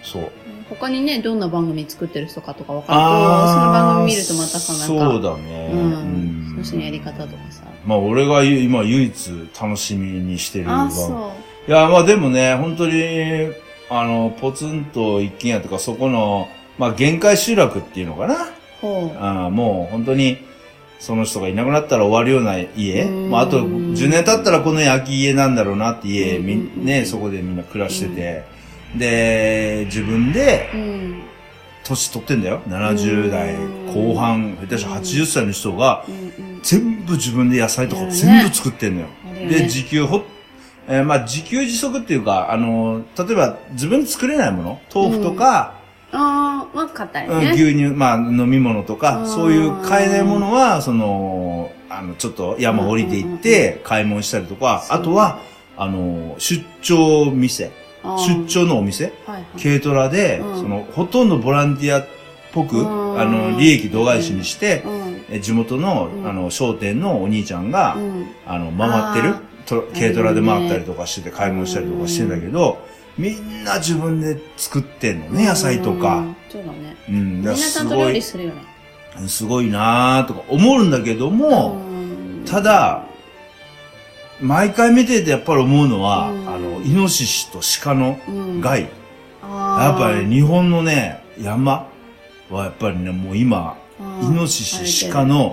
Speaker 2: そう。
Speaker 1: 他にね、どんな番組作ってる人かとか分かると、その
Speaker 2: あ
Speaker 1: 番
Speaker 2: ー
Speaker 1: 組見るとまたさ、なんか、
Speaker 2: そうだね。
Speaker 1: うん、
Speaker 2: う
Speaker 1: その人のやり方とかさ。
Speaker 2: まあ俺がゆ今唯一楽しみにしてる番
Speaker 1: あ、そ
Speaker 2: いや、まあでもね、本当に、あの、ポツンと一軒家とかそこの、まあ限界集落っていうのかな。
Speaker 1: う。ほう。
Speaker 2: あーもう本当に、その人がいなくなったら終わるような家。
Speaker 1: うん
Speaker 2: まああと10年経ったらこの空き家なんだろうなって家、み
Speaker 1: うんうんうんうん
Speaker 2: ね、そこでみんな暮らしてて。で、自分で
Speaker 1: うん。
Speaker 2: 年取ってんだよ。70代後半、下手したら80歳の人が、
Speaker 1: うんうん。
Speaker 2: 全部自分で野菜と
Speaker 1: や
Speaker 2: か
Speaker 1: るね
Speaker 2: 全部作ってんのよ。
Speaker 1: あれよね
Speaker 2: で、自給ほ、えーまあ、自給自足っていうか、あのー例えば自分で作れないもの、豆腐とか、
Speaker 1: ああ、まあ、硬い
Speaker 2: うん
Speaker 1: ね。
Speaker 2: 牛乳、まあ、飲み物と
Speaker 1: あ
Speaker 2: か、
Speaker 1: ー
Speaker 2: そういう買えないものは、その、あの、ちょっと山降りていって、買い物したりとか、
Speaker 1: そう
Speaker 2: あとは、あの、出張店、
Speaker 1: あー
Speaker 2: 出。張のお店、
Speaker 1: はいはい。
Speaker 2: 軽トラで、
Speaker 1: うん
Speaker 2: その、ほとんどボランティアっぽく、
Speaker 1: うん
Speaker 2: あの、利益度外視にして
Speaker 1: う、ん。
Speaker 2: え地元の
Speaker 1: う、ん
Speaker 2: あの、商店のお兄ちゃんが
Speaker 1: う、ん。
Speaker 2: あの、回ってる
Speaker 1: あ、
Speaker 2: と軽トラで回ったりとかしてて、買い物したりとかしてんだけど、みんな自分で作ってんのね、野菜と
Speaker 1: う
Speaker 2: か。
Speaker 1: ん。そうだね。
Speaker 2: うん、
Speaker 1: みん
Speaker 2: だ
Speaker 1: な
Speaker 2: から
Speaker 1: ちゃ
Speaker 2: す
Speaker 1: んと
Speaker 2: ご
Speaker 1: 料
Speaker 2: い
Speaker 1: 理。するよね。
Speaker 2: すごいなーとか思うんだけども、
Speaker 1: うん
Speaker 2: ただ、毎回見ててやっぱり思うのは、
Speaker 1: うん
Speaker 2: あの、イノシシと鹿の
Speaker 1: うん
Speaker 2: 害。や
Speaker 1: や
Speaker 2: っぱり、日本のね、山はやっぱりね、もう今、イノシシ、鹿
Speaker 1: の。
Speaker 2: の、やっ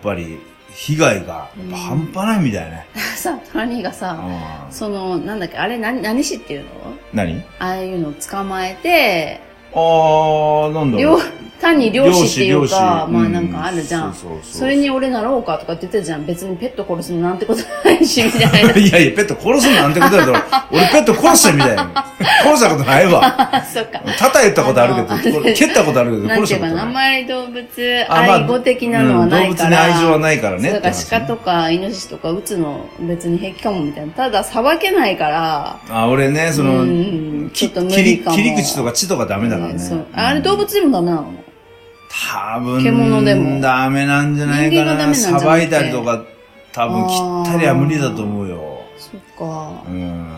Speaker 2: ぱり、被害が
Speaker 1: うん
Speaker 2: やっぱ半端ないみたいね。
Speaker 1: さ、トラニーが
Speaker 2: う
Speaker 1: さ、
Speaker 2: ん
Speaker 1: その、なんだっけ、あれ、何、何しっていうの
Speaker 2: 何
Speaker 1: ああいうのを捕まえて、
Speaker 2: あー、なんだろ
Speaker 1: 両
Speaker 2: う。、
Speaker 1: 単に漁師っていうか、
Speaker 2: 漁師
Speaker 1: まあなんかあるじゃ。
Speaker 2: うんそうそうそう
Speaker 1: それに俺なろうかとかって言ってたじゃん。別にペット殺すのなんてことないし、みたいな。
Speaker 2: いやいや、ペット殺すなんてこと だと、俺ペット殺したみたいな。殺したことないわ。
Speaker 1: あ、そっか。
Speaker 2: 叩いたことあ る
Speaker 1: あの
Speaker 2: けど、蹴ったことあるけど、
Speaker 1: なん
Speaker 2: 殺
Speaker 1: て
Speaker 2: し
Speaker 1: いう
Speaker 2: たこ
Speaker 1: か
Speaker 2: と
Speaker 1: な、あん
Speaker 2: ない。
Speaker 1: まり動物
Speaker 2: あまあ
Speaker 1: 愛護的なのはないか
Speaker 2: うん動物
Speaker 1: ら。
Speaker 2: に愛情はないからね。
Speaker 1: そうだから
Speaker 2: って
Speaker 1: 鹿
Speaker 2: 話
Speaker 1: とかイノシシとか撃つの別に平気かもみたいな。ただ、さばけないから、
Speaker 2: あ、俺ね、そ
Speaker 1: うん
Speaker 2: の、
Speaker 1: うんちょ
Speaker 2: き
Speaker 1: っと無
Speaker 2: 切り
Speaker 1: 理かも。
Speaker 2: 切り口とか血とかダメだから
Speaker 1: うんそう
Speaker 2: ね。
Speaker 1: あれ動物でもダメなの
Speaker 2: 多分、
Speaker 1: 獣でも
Speaker 2: ダメなんじゃないか
Speaker 1: 人間がダメな
Speaker 2: な。
Speaker 1: んじゃな
Speaker 2: さ
Speaker 1: くて
Speaker 2: ばいたりとか、多分切ったりは無理だと思うよ。
Speaker 1: そっか
Speaker 2: う。ん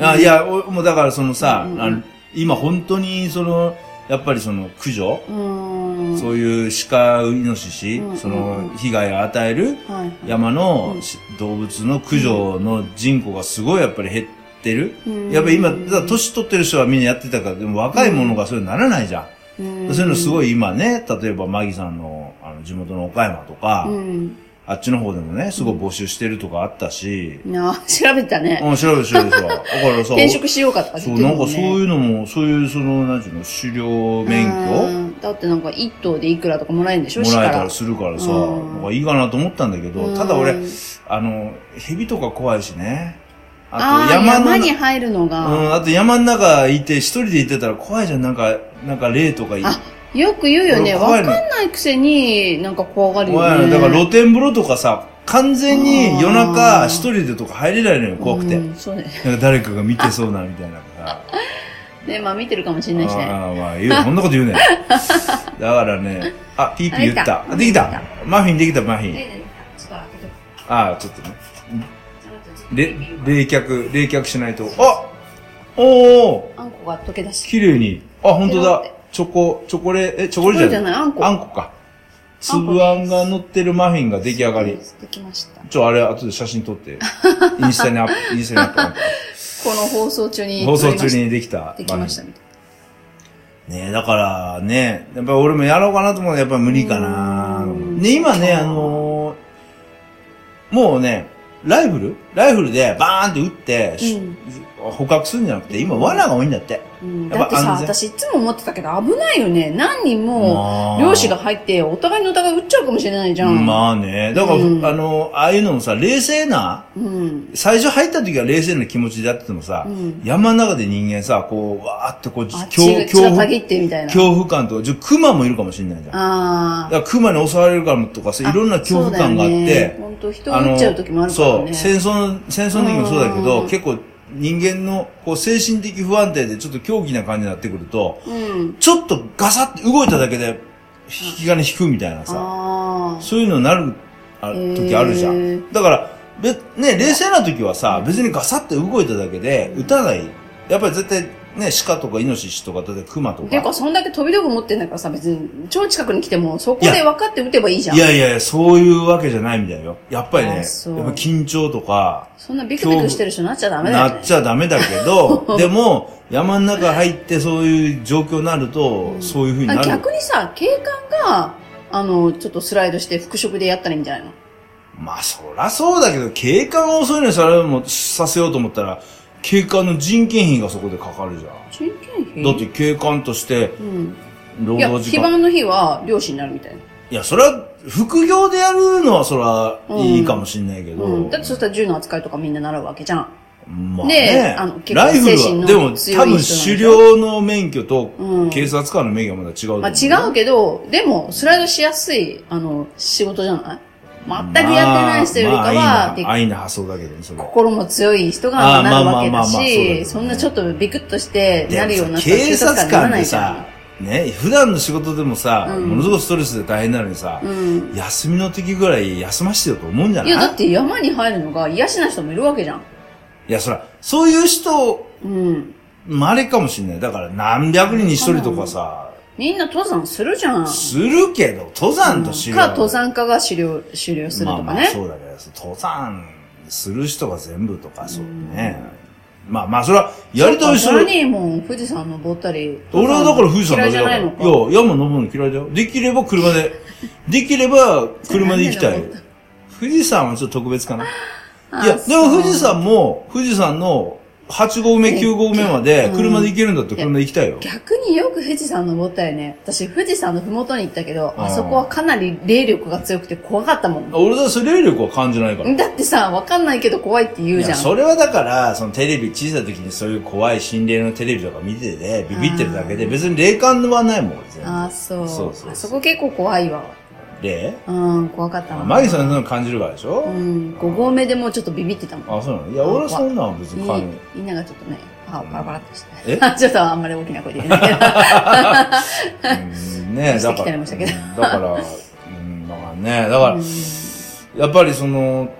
Speaker 2: あいや、おもうだからそのさ、
Speaker 1: うん
Speaker 2: あの今本当にその、やっぱりその駆除、
Speaker 1: うーん。
Speaker 2: そういう鹿、イノシシ、
Speaker 1: うん
Speaker 2: そ
Speaker 1: うん
Speaker 2: の被害を与える
Speaker 1: はいはい。
Speaker 2: 山の
Speaker 1: うん
Speaker 2: し動物の駆除の人口がすごいやっぱり減ってる。
Speaker 1: うん
Speaker 2: やっぱり今、だから年取ってる人はみんなやってたから、でも若い者がそれならないじゃ。
Speaker 1: うんん
Speaker 2: そういうのすごい今ね、例えばマギさんのあの地元の岡山とか、
Speaker 1: うん。
Speaker 2: あっちの方でもね、すごい募集してるとかあったし、
Speaker 1: な あ、調べたね。
Speaker 2: うん、調べて調べてさ。だからさ、
Speaker 1: 転職しようかとか
Speaker 2: そ
Speaker 1: 言っ
Speaker 2: う、
Speaker 1: て
Speaker 2: な
Speaker 1: る
Speaker 2: ん
Speaker 1: も
Speaker 2: か
Speaker 1: んね。
Speaker 2: そういうのも、そういうその、なんていうの、狩猟免許
Speaker 1: 許だってなんか一頭でいくらとかもらえるんでしょ
Speaker 2: もらえた
Speaker 1: ら
Speaker 2: りするからさ、
Speaker 1: うん
Speaker 2: なんかいいかなと思ったんだけ
Speaker 1: う
Speaker 2: ど、
Speaker 1: ん
Speaker 2: ただ俺、あの、蛇とか怖いしね。
Speaker 1: あ
Speaker 2: あと
Speaker 1: あ
Speaker 2: 山
Speaker 1: 山
Speaker 2: の、
Speaker 1: に入るの
Speaker 2: う
Speaker 1: が、
Speaker 2: ん、あと山の中いて、一人でいてたら怖いじゃん、なんか、なんか霊とかい
Speaker 1: あよく言うよね。わか
Speaker 2: 俺怖い
Speaker 1: ん
Speaker 2: の
Speaker 1: ないくせに、なんか怖がるよ
Speaker 2: 怖い
Speaker 1: ね。
Speaker 2: の。だから露天風呂とかさ、完全に夜
Speaker 1: あー
Speaker 2: 中一人でとか入れないのよ、怖くて。
Speaker 1: うんそうね。
Speaker 2: なんか誰かが見てそうな、みたいなさ。
Speaker 1: ね、まあ見てるかもしれないしね。
Speaker 2: ああ、まあ 言う、こんなこと言うね。だからね、あ、ピーピー言った。
Speaker 1: あ
Speaker 2: あ
Speaker 1: で
Speaker 2: で
Speaker 1: き
Speaker 2: き
Speaker 1: た
Speaker 2: た。マフィンできた、マフィン。
Speaker 1: えちょっと開けとく
Speaker 2: ああ、ちょっとね。
Speaker 1: ちょっとちょっと
Speaker 2: れ、冷却、冷却しないと。あおお
Speaker 1: あんこが溶け出して。
Speaker 2: 綺麗に。あ、本当だ
Speaker 1: ペロって。
Speaker 2: チョコ、チョコレ、え、チョコレ
Speaker 1: これ
Speaker 2: じ
Speaker 1: じゃ
Speaker 2: ゃない
Speaker 1: ない、あんこ。
Speaker 2: あんこか。
Speaker 1: あんこです
Speaker 2: 粒あんが乗ってるマフィンが出来上がり。
Speaker 1: できました。こ
Speaker 2: ちょ、あれ、後で写真 撮って。インスタにアップ、インスタにアップアッ
Speaker 1: の放送中に。
Speaker 2: プ。放送中。にできた。
Speaker 1: できましたみたい
Speaker 2: ねえ、だからね、やっぱり俺もやろうかなと思うのやっぱり無理かな
Speaker 1: うん
Speaker 2: ね、今ね、
Speaker 1: あー
Speaker 2: あのーもうね、ライフルライフルでバーンって撃って、し
Speaker 1: うん
Speaker 2: 捕獲するんじゃなくて、今罠が多いんだって。
Speaker 1: な。うん、
Speaker 2: や
Speaker 1: だ
Speaker 2: っぱ
Speaker 1: ってさ、
Speaker 2: 安全
Speaker 1: 私いつも思ってたけど危ないよね。何人も
Speaker 2: まあ
Speaker 1: 漁師が入って、お互いのお互い撃っちゃうかもしれないじゃん。
Speaker 2: まあね、だから、
Speaker 1: うん
Speaker 2: あのーああいうのもさ、冷静な、
Speaker 1: うん。
Speaker 2: 最初入った時は冷静な気持ちでやっててもさ、
Speaker 1: うん
Speaker 2: 山の中で人間さ、こう、わーってこう、
Speaker 1: あっ
Speaker 2: 恐
Speaker 1: ちが、血がたぎ
Speaker 2: 恐
Speaker 1: ってみたいな。
Speaker 2: 恐怖感とか、じゃ熊もいるかもしれないじゃん。
Speaker 1: ああ。
Speaker 2: だから熊に襲われるかもとかさ、いろんな恐怖感があって、
Speaker 1: 本当、人を撃っちゃう時もあるから
Speaker 2: そ
Speaker 1: ね。
Speaker 2: う、戦争の、戦争の時もそうだけ
Speaker 1: うん
Speaker 2: ど、結構人間のこう精神的不安定でちょっと狂気な感じになってくると、
Speaker 1: うん。
Speaker 2: ちょっとガサって動いただけで引き金引くみたいなさ、
Speaker 1: ああ。
Speaker 2: そういうのになるあ
Speaker 1: へー
Speaker 2: 時あるじゃん。だから、べね、冷静な時はさ、別にガサって動いただけで撃たない。やっぱり絶対ね、鹿とかイノシシとか、例えば熊と
Speaker 1: っていう
Speaker 2: か。
Speaker 1: か、そんだけ飛び道具持ってんだからさ、別に、超近くに来ても、そこ
Speaker 2: い
Speaker 1: で
Speaker 2: や
Speaker 1: 分かって撃てばいいじゃん。
Speaker 2: いやいやいや、そういうわけじゃないみたいよ。やっぱりね、
Speaker 1: あ
Speaker 2: やっぱ
Speaker 1: そう
Speaker 2: 緊張とか、
Speaker 1: そんなビクビクしてる人になっちゃダメだよ、ね。
Speaker 2: なっちゃダメだけ ど、でも、山の中入ってそういう状況になると、そういう風にな
Speaker 1: あ
Speaker 2: る。
Speaker 1: 逆にさ、警官が、あの、ちょっとスライドして復職でやったらいいんじゃないの
Speaker 2: まあ、そらそうだけど、警官をそういうのにされもさせようと思ったら、警官の人件費がそこでかかるじゃん。
Speaker 1: 人件費
Speaker 2: だって警官として、
Speaker 1: うん。
Speaker 2: 労
Speaker 1: いや、
Speaker 2: 働時
Speaker 1: 基
Speaker 2: 間。いや、
Speaker 1: 盤の日は、漁師になるみたいな。
Speaker 2: それは、副業でやるのはそら、いいかもしんないけど、
Speaker 1: うん。だってそしたら銃の扱いとかみんな習うわけじゃん。
Speaker 2: まあ
Speaker 1: で
Speaker 2: ね
Speaker 1: あの、結構
Speaker 2: ライフル
Speaker 1: 精神
Speaker 2: は、
Speaker 1: の
Speaker 2: でも
Speaker 1: 強
Speaker 2: 多
Speaker 1: い人なん
Speaker 2: 分
Speaker 1: でしょ
Speaker 2: 狩猟の免許と
Speaker 1: うん
Speaker 2: 警察官の免許はまだ違うと思う、
Speaker 1: まあ違うけど、でも、スライドしやすい、あの、仕事じゃない全くやってない人よりかは、
Speaker 2: まあ
Speaker 1: で
Speaker 2: まあ、安易な発想だけどね、それ。
Speaker 1: 心も強い人
Speaker 2: あ
Speaker 1: が
Speaker 2: ー
Speaker 1: なるわけ
Speaker 2: まあまあま
Speaker 1: だ
Speaker 2: あまあそうだけどね
Speaker 1: し、そんなちょっとビクッとしてなるような人は
Speaker 2: 警察
Speaker 1: になら
Speaker 2: 官っ
Speaker 1: な
Speaker 2: て
Speaker 1: いじゃ
Speaker 2: さ、ね、普段の仕事でもさ、
Speaker 1: うん
Speaker 2: ものすごくストレスで大変なのにさ、
Speaker 1: ん。うん。
Speaker 2: 休みの時ぐらい休ましてよと思うんじゃない
Speaker 1: いや、だって山に入るのが癒しな人もいるわけじゃん。
Speaker 2: いや、そら、そういう人、
Speaker 1: うん。
Speaker 2: まああれかもしんない。だから何百人に一人とかさ、
Speaker 1: みんな登山するじゃん。
Speaker 2: するけど、登山と知
Speaker 1: う
Speaker 2: る。
Speaker 1: んか、登山家が狩猟、狩猟するとかね。
Speaker 2: まあまあそうだけど、登山する人が全部とか、そうね。まあまあ、それは、やりたい人
Speaker 1: それにもう富士山登ったり。
Speaker 2: 俺はだから富士山
Speaker 1: 嫌い
Speaker 2: だけ
Speaker 1: じ
Speaker 2: だ
Speaker 1: ゃ
Speaker 2: か
Speaker 1: な
Speaker 2: ら。
Speaker 1: い
Speaker 2: い
Speaker 1: の
Speaker 2: や
Speaker 1: か。、
Speaker 2: 山登るの嫌いだよ。できれば 車で。できれば車で行きたい
Speaker 1: なんで。
Speaker 2: 富士山はちょっと特別かな。
Speaker 1: あ
Speaker 2: いや、でも
Speaker 1: そう
Speaker 2: 富士山も、富士山の8合目、9合目まで
Speaker 1: うん
Speaker 2: 車で行けるんだって車で行きたいよ。
Speaker 1: 逆によく富士山登ったよね。私、富士山のふもとに行ったけど、
Speaker 2: あ
Speaker 1: あ
Speaker 2: ー
Speaker 1: そこはかなり霊力が強くて怖かったもん。
Speaker 2: 俺はそれ霊力は感じないから。
Speaker 1: だってさ、わかんないけど怖いって言う
Speaker 2: い
Speaker 1: じゃ
Speaker 2: や、
Speaker 1: ん。
Speaker 2: それはだから、そのテレビ、小さい時にそういう怖い心霊のテレビとか見てて、ビビってるだけで、別に霊感はないもん、全然。
Speaker 1: あー、そう。
Speaker 2: そうそう
Speaker 1: あそこ結構怖いわ。
Speaker 2: 霊
Speaker 1: うん、怖かったな。
Speaker 2: マギさんそういうの感じるからでしょ、
Speaker 1: うん、5合目でもうちょっとビビってたもん。
Speaker 2: あ、そうなのいや、俺はそんなんは別に感じ
Speaker 1: みみんながちょっとね、歯をパラパラっとして。
Speaker 2: え
Speaker 1: ちょっとあんまり大きな声で言えないけど。
Speaker 2: うんねだ
Speaker 1: してき
Speaker 2: か
Speaker 1: たり
Speaker 2: ら、うん
Speaker 1: もした
Speaker 2: だ
Speaker 1: けど
Speaker 2: から、うん、だからね、だから、やっぱりその、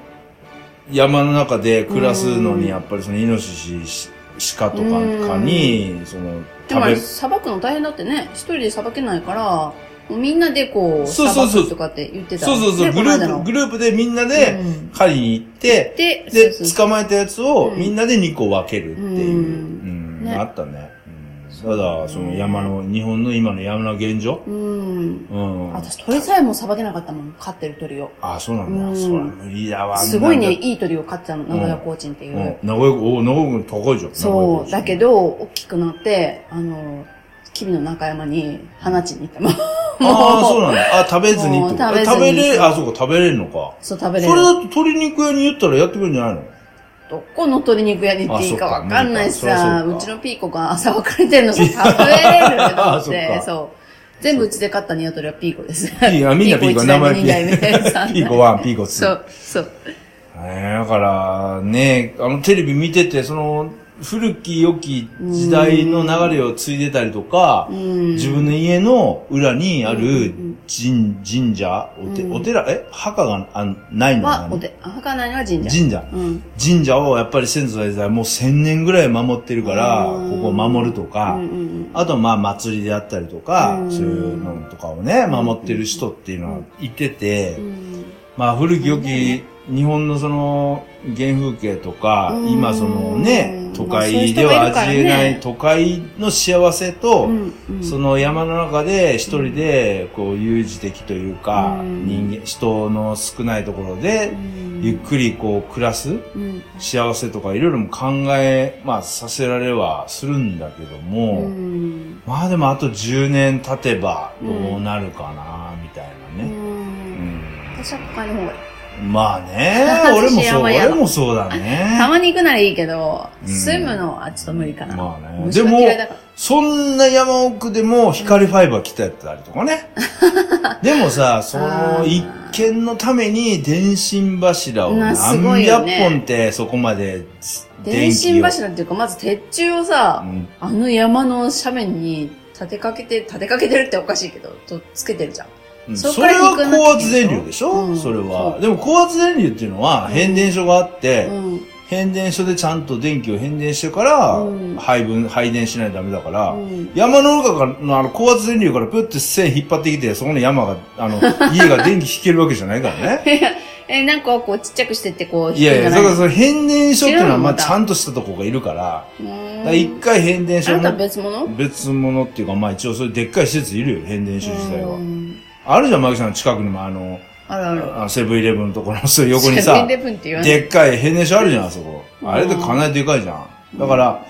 Speaker 2: 山の中で暮らすの
Speaker 1: うん
Speaker 2: に、やっぱりその、イノシシ、鹿とか
Speaker 1: うん
Speaker 2: かに、その、
Speaker 1: でも
Speaker 2: 食
Speaker 1: あ
Speaker 2: べ
Speaker 1: れ、、さばくの大変だってね、一人でさばけないから、もうみんなでこう、
Speaker 2: そう
Speaker 1: さ
Speaker 2: そ
Speaker 1: ば
Speaker 2: うそう
Speaker 1: くとかって言ってた。
Speaker 2: そうそうそう、
Speaker 1: ね
Speaker 2: グ
Speaker 1: こ
Speaker 2: ル
Speaker 1: の間
Speaker 2: ー
Speaker 1: の
Speaker 2: プ、グループでみんな
Speaker 1: う
Speaker 2: で
Speaker 1: ん
Speaker 2: 狩りに行って、
Speaker 1: で、
Speaker 2: で、
Speaker 1: そうそう
Speaker 2: 捕まえたやつを
Speaker 1: うん
Speaker 2: みんなで2個分けるってい
Speaker 1: う
Speaker 2: う、うんん、
Speaker 1: ね
Speaker 2: あったね。うん、ただ、その山の、日本の今の山の現状
Speaker 1: うん。
Speaker 2: うん。
Speaker 1: 私、鳥さえもさばけなかったもん、飼ってる鳥を。
Speaker 2: あ、そうなんだ。
Speaker 1: うん
Speaker 2: そりゃ無理だわ。
Speaker 1: すごいね、
Speaker 2: なんか
Speaker 1: いい鳥を飼ってたの、名古屋コーチンっていう。
Speaker 2: うん、名古屋、お名古屋君高いじゃん。
Speaker 1: そう、だけ
Speaker 2: ど。
Speaker 1: ど、大きくなって、あの、吉備の中山に放ちに行ったもん。
Speaker 2: ああ、そうなんだ。あ、食べずにって
Speaker 1: も
Speaker 2: こと
Speaker 1: う食
Speaker 2: あ
Speaker 1: べずに
Speaker 2: 食べれ、あ、そうか、食べれるのか。
Speaker 1: そう食べ
Speaker 2: そ
Speaker 1: れ
Speaker 2: れ
Speaker 1: る。
Speaker 2: だと鶏肉屋に言ったらやってくれるんじゃないの
Speaker 1: どこの鶏肉屋に行っていいかわかんないし
Speaker 2: あそっか
Speaker 1: さ、
Speaker 2: 無理
Speaker 1: う
Speaker 2: か
Speaker 1: ち
Speaker 2: そ
Speaker 1: のピーコが朝分かれてるのさ、食べれると思っ、
Speaker 2: あそってか
Speaker 1: そう。全部うちで買ったニワトリはピーコです。ピ
Speaker 2: ーあみんなピーコ
Speaker 1: 1
Speaker 2: 名
Speaker 1: 代
Speaker 2: 前
Speaker 1: 目、2代目、3代目。
Speaker 2: ピーコ1、ピーコ2。
Speaker 1: そう、そう。
Speaker 2: えーだから、ね、あの、テレビ見てて、その、古き良き時代の流れを継いでたりとか、
Speaker 1: うん
Speaker 2: 自分の家の裏にある
Speaker 1: うん
Speaker 2: 神神社、おて
Speaker 1: うん
Speaker 2: お寺、え墓があないの
Speaker 1: は、
Speaker 2: かな
Speaker 1: おて、あ、墓内のは神社。
Speaker 2: 神社。
Speaker 1: うん。
Speaker 2: 神社をやっぱり先祖代々もう千年ぐらい守ってるから、
Speaker 1: うん
Speaker 2: ここを守るとか、
Speaker 1: うんうん
Speaker 2: あとまあ祭りであったりとか、
Speaker 1: うん
Speaker 2: そういうのとかをね、守ってる人っていうのはいてて、
Speaker 1: うんうん。
Speaker 2: まあ古き良き日本のその原風景とか、
Speaker 1: うん
Speaker 2: 今そのね、都会で
Speaker 1: まあ
Speaker 2: は
Speaker 1: そう
Speaker 2: 味
Speaker 1: いう人
Speaker 2: え
Speaker 1: がいるからね
Speaker 2: ない都会の幸せと、
Speaker 1: うんうん
Speaker 2: その山の中で一人でこう有事的というか、
Speaker 1: うん
Speaker 2: 人間、人の少ないところ
Speaker 1: う
Speaker 2: で
Speaker 1: ん
Speaker 2: ゆっくりこう暮らす
Speaker 1: うん
Speaker 2: 幸せとかいろいろも考え、まあさせられはするんだけど
Speaker 1: う
Speaker 2: も、
Speaker 1: ん
Speaker 2: まあでもあと10年経てば
Speaker 1: うん
Speaker 2: どうなるかな、みたいな
Speaker 1: う。
Speaker 2: ね。うんん
Speaker 1: 私は他の方がいい。、
Speaker 2: まあね
Speaker 1: 私
Speaker 2: 俺もそう、
Speaker 1: 山や
Speaker 2: 俺
Speaker 1: だ
Speaker 2: もそう だ
Speaker 1: た
Speaker 2: ね。
Speaker 1: まに行くならいいけど、
Speaker 2: うん
Speaker 1: 住むのはちょっと無理かな。
Speaker 2: まあね
Speaker 1: 虫が嫌いだから
Speaker 2: そんな山奥でも光ファイバー来てたりと かね。でもさ、そ
Speaker 1: あ
Speaker 2: の
Speaker 1: ー
Speaker 2: 一軒のために電信柱を
Speaker 1: な
Speaker 2: 何
Speaker 1: すごいよ
Speaker 2: 百
Speaker 1: ね
Speaker 2: 本ってそこまで
Speaker 1: 電信
Speaker 2: を
Speaker 1: 柱っていうか、まず鉄柱をさ、
Speaker 2: うん
Speaker 1: あの山の斜面に立てかけて、立てかけてるっておかしいけど、とつけてるじゃん。
Speaker 2: うん
Speaker 1: そっ
Speaker 2: そ
Speaker 1: から
Speaker 2: れは
Speaker 1: 行かなきゃいけない
Speaker 2: 高圧電流でし
Speaker 1: う
Speaker 2: ょ
Speaker 1: ん
Speaker 2: それ
Speaker 1: そ
Speaker 2: は
Speaker 1: う。
Speaker 2: でも高圧電流っていうのは
Speaker 1: うん
Speaker 2: 変電所があって、
Speaker 1: うん。
Speaker 2: 変電所でちゃんと電気を変電してから
Speaker 1: うん
Speaker 2: 配分、配電しないとダメだから、
Speaker 1: うん
Speaker 2: 山の中からのあの高圧電流からプッて線引っ張ってきて、そこの山が、あ の、家が電気引けるわけじゃないからね。
Speaker 1: え、なんかこうちっちゃくしてってこう、
Speaker 2: いやいや、だ
Speaker 1: 引くん
Speaker 2: か
Speaker 1: じ
Speaker 2: ら
Speaker 1: ゃ
Speaker 2: その変電所っていうのは、ま
Speaker 1: 違う
Speaker 2: あ
Speaker 1: んだ
Speaker 2: ちゃんとしたとこがいるから、
Speaker 1: ない
Speaker 2: だから一回変電所
Speaker 1: あなた
Speaker 2: も
Speaker 1: 別物
Speaker 2: 別物っていうか、まあ一応そういうでっかい施設いるよ、変電所自体
Speaker 1: う
Speaker 2: は。
Speaker 1: ん
Speaker 2: あるじゃん、マギさんの近くにもあの、
Speaker 1: あるある。
Speaker 2: あセブンイレブンのところのそう横にさ、
Speaker 1: セブンイレブンって言わない。
Speaker 2: でっかい変電所あるじゃん、あそこ。
Speaker 1: うん
Speaker 2: あれでかなりでかいじゃん。だから、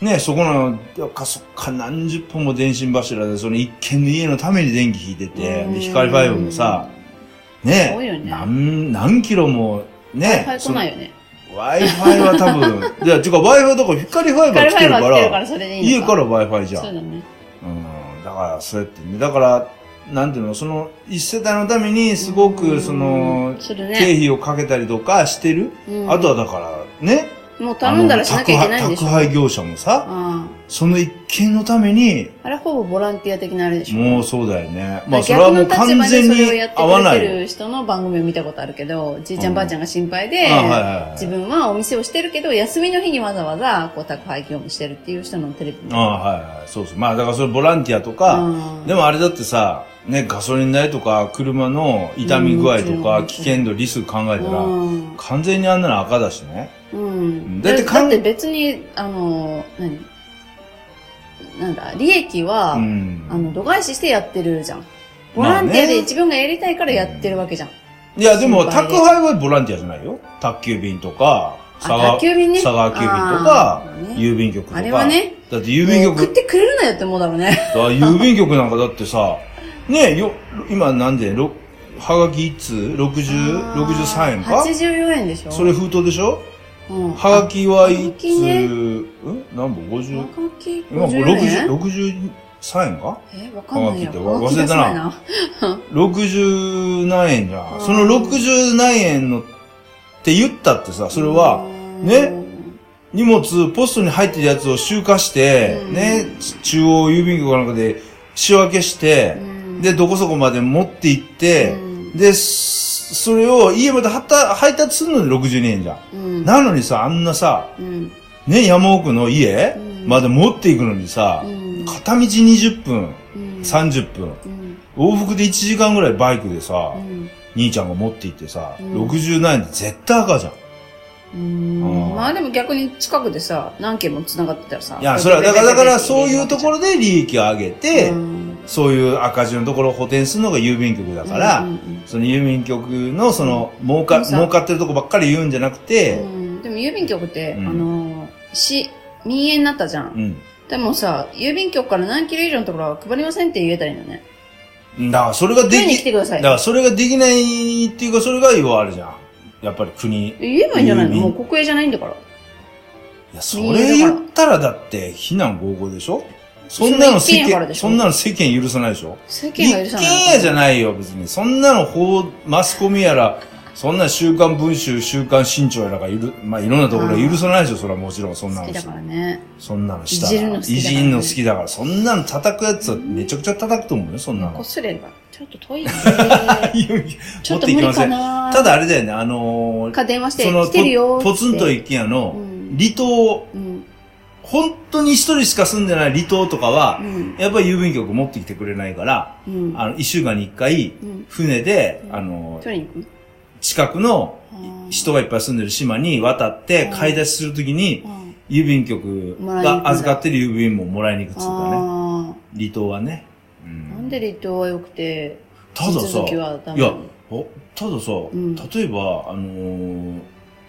Speaker 2: ね、そこの、かそっか何十本も電信柱で、その一軒の家のために電気引いてて、
Speaker 1: うん
Speaker 2: で光ファイブもさ、
Speaker 1: すごいよ
Speaker 2: ね
Speaker 1: ね、
Speaker 2: 何、何キロも、ね
Speaker 1: 早、く来
Speaker 2: その
Speaker 1: ないよね。
Speaker 2: Wi-Fi は多分、 いや、違う、Wi-Fi だから光ファイバー
Speaker 1: 光ファイバー
Speaker 2: 来てるか
Speaker 1: 来てるかららそれでいい
Speaker 2: 家
Speaker 1: の
Speaker 2: か
Speaker 1: から
Speaker 2: Wi-Fi じゃん。
Speaker 1: そうだね。
Speaker 2: うんだから、そうやってね。だから、なんていうの、その、一世帯のために、すご
Speaker 1: う
Speaker 2: く、
Speaker 1: ん
Speaker 2: その、
Speaker 1: する
Speaker 2: 経
Speaker 1: ね
Speaker 2: 費をかけたりとかしてる。
Speaker 1: うん
Speaker 2: あとはだから、ね。
Speaker 1: もう頼んだらしなきゃいけないんでしょ。
Speaker 2: あの宅配宅配業者もさ、
Speaker 1: あ
Speaker 2: その一件のために、
Speaker 1: ああれほぼボランティア的なあれでしょ。
Speaker 2: もうそうだよね。まあ、それは
Speaker 1: 逆
Speaker 2: も
Speaker 1: の
Speaker 2: う
Speaker 1: 立場
Speaker 2: 完
Speaker 1: にそ
Speaker 2: 全
Speaker 1: れをや
Speaker 2: に
Speaker 1: って
Speaker 2: 合わ
Speaker 1: く
Speaker 2: な
Speaker 1: れ
Speaker 2: い
Speaker 1: て
Speaker 2: よ。
Speaker 1: る人の番組を見たことあるけど、じいちゃんばあちゃんが心配で
Speaker 2: あはいはいはい、
Speaker 1: 自分はお店をしてるけど、休みの日にわざわざこう宅配業務してるっていう人のテレビ見
Speaker 2: ああ、はいはい。そうそう。まあ、だからそれボランティアとか、
Speaker 1: うん
Speaker 2: でもあれだってさ、ね、ガソリン代とか、車の痛み具合と
Speaker 1: う
Speaker 2: か、
Speaker 1: ん
Speaker 2: 危険度、リスク考えたら、
Speaker 1: うん
Speaker 2: 完全にあんなの赤だしね。
Speaker 1: うん。
Speaker 2: だ
Speaker 1: だっ
Speaker 2: っ
Speaker 1: てて
Speaker 2: かん
Speaker 1: だって別に、あの、何なんだ、利益は、
Speaker 2: うん
Speaker 1: あの、度外視してやってるじゃん。ボ
Speaker 2: まあ
Speaker 1: ラ
Speaker 2: ね
Speaker 1: ンティアで自分がやりたいからやってるわけじゃん。
Speaker 2: いや、でも、
Speaker 1: 心配
Speaker 2: 宅
Speaker 1: で
Speaker 2: 配はボランティアじゃないよ。宅急便とか、
Speaker 1: 宅急便ね
Speaker 2: 佐川急便とか
Speaker 1: あー、ね
Speaker 2: 郵便局とか。
Speaker 1: あれはね。
Speaker 2: だって郵便
Speaker 1: もう送
Speaker 2: 局
Speaker 1: っ、てくれるなよって思うだろうね。
Speaker 2: だ郵便局なんかだってさ、ねよ、今なんで、ろはがき1通 ?60、63円か
Speaker 1: ?84 円でしょ
Speaker 2: それ、封筒でしょ
Speaker 1: うん、
Speaker 2: はがきは
Speaker 1: はが
Speaker 2: 1
Speaker 1: きね
Speaker 2: 通、ん何本
Speaker 1: は
Speaker 2: ?50?
Speaker 1: がき
Speaker 2: 今
Speaker 1: 50円
Speaker 2: 60 63円か
Speaker 1: え、わかんないや。
Speaker 2: はがきって忘れたな
Speaker 1: はがき出せい。
Speaker 2: 60何円じゃ。
Speaker 1: うんん
Speaker 2: その60何円のって言ったってさ、それ
Speaker 1: う
Speaker 2: は
Speaker 1: ん
Speaker 2: ね荷物、ポストに入ってるやつを集荷して、
Speaker 1: うん
Speaker 2: ね、中央郵便局かなんかで仕分けして
Speaker 1: う、ん
Speaker 2: で、どこそこまで持って行って
Speaker 1: う、ん
Speaker 2: で、そそれを家まではた配達するのに62円じゃ
Speaker 1: う
Speaker 2: ん。
Speaker 1: ん。
Speaker 2: なのにさ、あんなさ、
Speaker 1: うん。
Speaker 2: ね、山奥の家
Speaker 1: うん
Speaker 2: まで持っていくのにさ
Speaker 1: う、ん
Speaker 2: 片道20分、
Speaker 1: うん
Speaker 2: 30分、
Speaker 1: うん。
Speaker 2: 往復で1時間ぐらいバイクでさ
Speaker 1: う、ん
Speaker 2: 兄ちゃんが持って行ってさ、
Speaker 1: うん
Speaker 2: 67円で絶対赤じゃん。
Speaker 1: う
Speaker 2: あー
Speaker 1: んまあでも逆に近くでさ、何件も繋がってたらさ。
Speaker 2: いや、それは、だから、だから、そういうとこ
Speaker 1: ろ
Speaker 2: ろで利益を上げて、そういう赤字のところを補填するのが郵便局だから、その郵便局のその儲
Speaker 1: う
Speaker 2: か
Speaker 1: ん
Speaker 2: 儲かってるとこばっかり言うんじゃなく
Speaker 1: で
Speaker 2: て、
Speaker 1: も郵便局って、あ
Speaker 2: うん
Speaker 1: のー、市、民営になったじゃ。
Speaker 2: うんん、
Speaker 1: でもさ、郵便局から何キロ以上のところは配りませんって言えたらいいのね。
Speaker 2: だからそれがで
Speaker 1: 取りに来
Speaker 2: き
Speaker 1: てくださ
Speaker 2: だ
Speaker 1: い
Speaker 2: か。らそれができないっていうかそれが要はあるじゃんやっぱり国い
Speaker 1: 言えばいいんじゃない
Speaker 2: 郵
Speaker 1: の
Speaker 2: 便
Speaker 1: もう国営じゃないんだから。
Speaker 2: やそれ言ったらだって非難合々でしょそんなの
Speaker 1: その一軒
Speaker 2: 世
Speaker 1: 家からで
Speaker 2: 間
Speaker 1: しょ
Speaker 2: そんなの世間許さないでしょ
Speaker 1: 世
Speaker 2: 一
Speaker 1: 間が許
Speaker 2: 軒
Speaker 1: さない。
Speaker 2: 家じゃないよ別にそんなの法マスコミやらそんな週刊文集、週刊新潮やらがいる、まあ、いろんなところは許さないでしょ、それはもちろん、そんな
Speaker 1: 好
Speaker 2: の
Speaker 1: き
Speaker 2: し
Speaker 1: だからね。
Speaker 2: そんなのした
Speaker 1: いじるの
Speaker 2: ら。
Speaker 1: 好きだからね
Speaker 2: いじんの好きだから。そんなの叩くやつはめちゃくちゃ叩くと思うよ、そんな
Speaker 1: こっ
Speaker 2: の。
Speaker 1: そりやれば。ちょっと遠 いね。
Speaker 2: いやいや
Speaker 1: ちょっ
Speaker 2: 持っ
Speaker 1: と
Speaker 2: てい
Speaker 1: 無
Speaker 2: きま
Speaker 1: 理
Speaker 2: せ
Speaker 1: か
Speaker 2: ん。
Speaker 1: な
Speaker 2: ただあれだよね、あのー
Speaker 1: か電話して、
Speaker 2: その
Speaker 1: 来てるよーって。
Speaker 2: ポポツンと一軒家の
Speaker 1: うん
Speaker 2: 離島、
Speaker 1: うん。
Speaker 2: 本当に一人しか住んでない離島とかは
Speaker 1: う、ん。
Speaker 2: やっぱり郵便局持ってきてくれないから、
Speaker 1: うん。
Speaker 2: あの、一週間に一回
Speaker 1: うん、
Speaker 2: 船で、
Speaker 1: うん
Speaker 2: あのー
Speaker 1: 取りに行く
Speaker 2: 近くの
Speaker 1: あー
Speaker 2: 人がいっぱい住んでる島に渡って
Speaker 1: うん
Speaker 2: 買い出しするときに、
Speaker 1: うん
Speaker 2: 郵便局
Speaker 1: もらいに行くん
Speaker 2: が
Speaker 1: だ
Speaker 2: 預かってる郵便ももらいに行くっつうかね。
Speaker 1: あ
Speaker 2: 離島はね。うん
Speaker 1: ーなんで離島は良くて、
Speaker 2: ただ
Speaker 1: 地
Speaker 2: さ、
Speaker 1: 続き
Speaker 2: いや、
Speaker 1: はダメなの
Speaker 2: おたださ、
Speaker 1: ん
Speaker 2: 例えば、あのー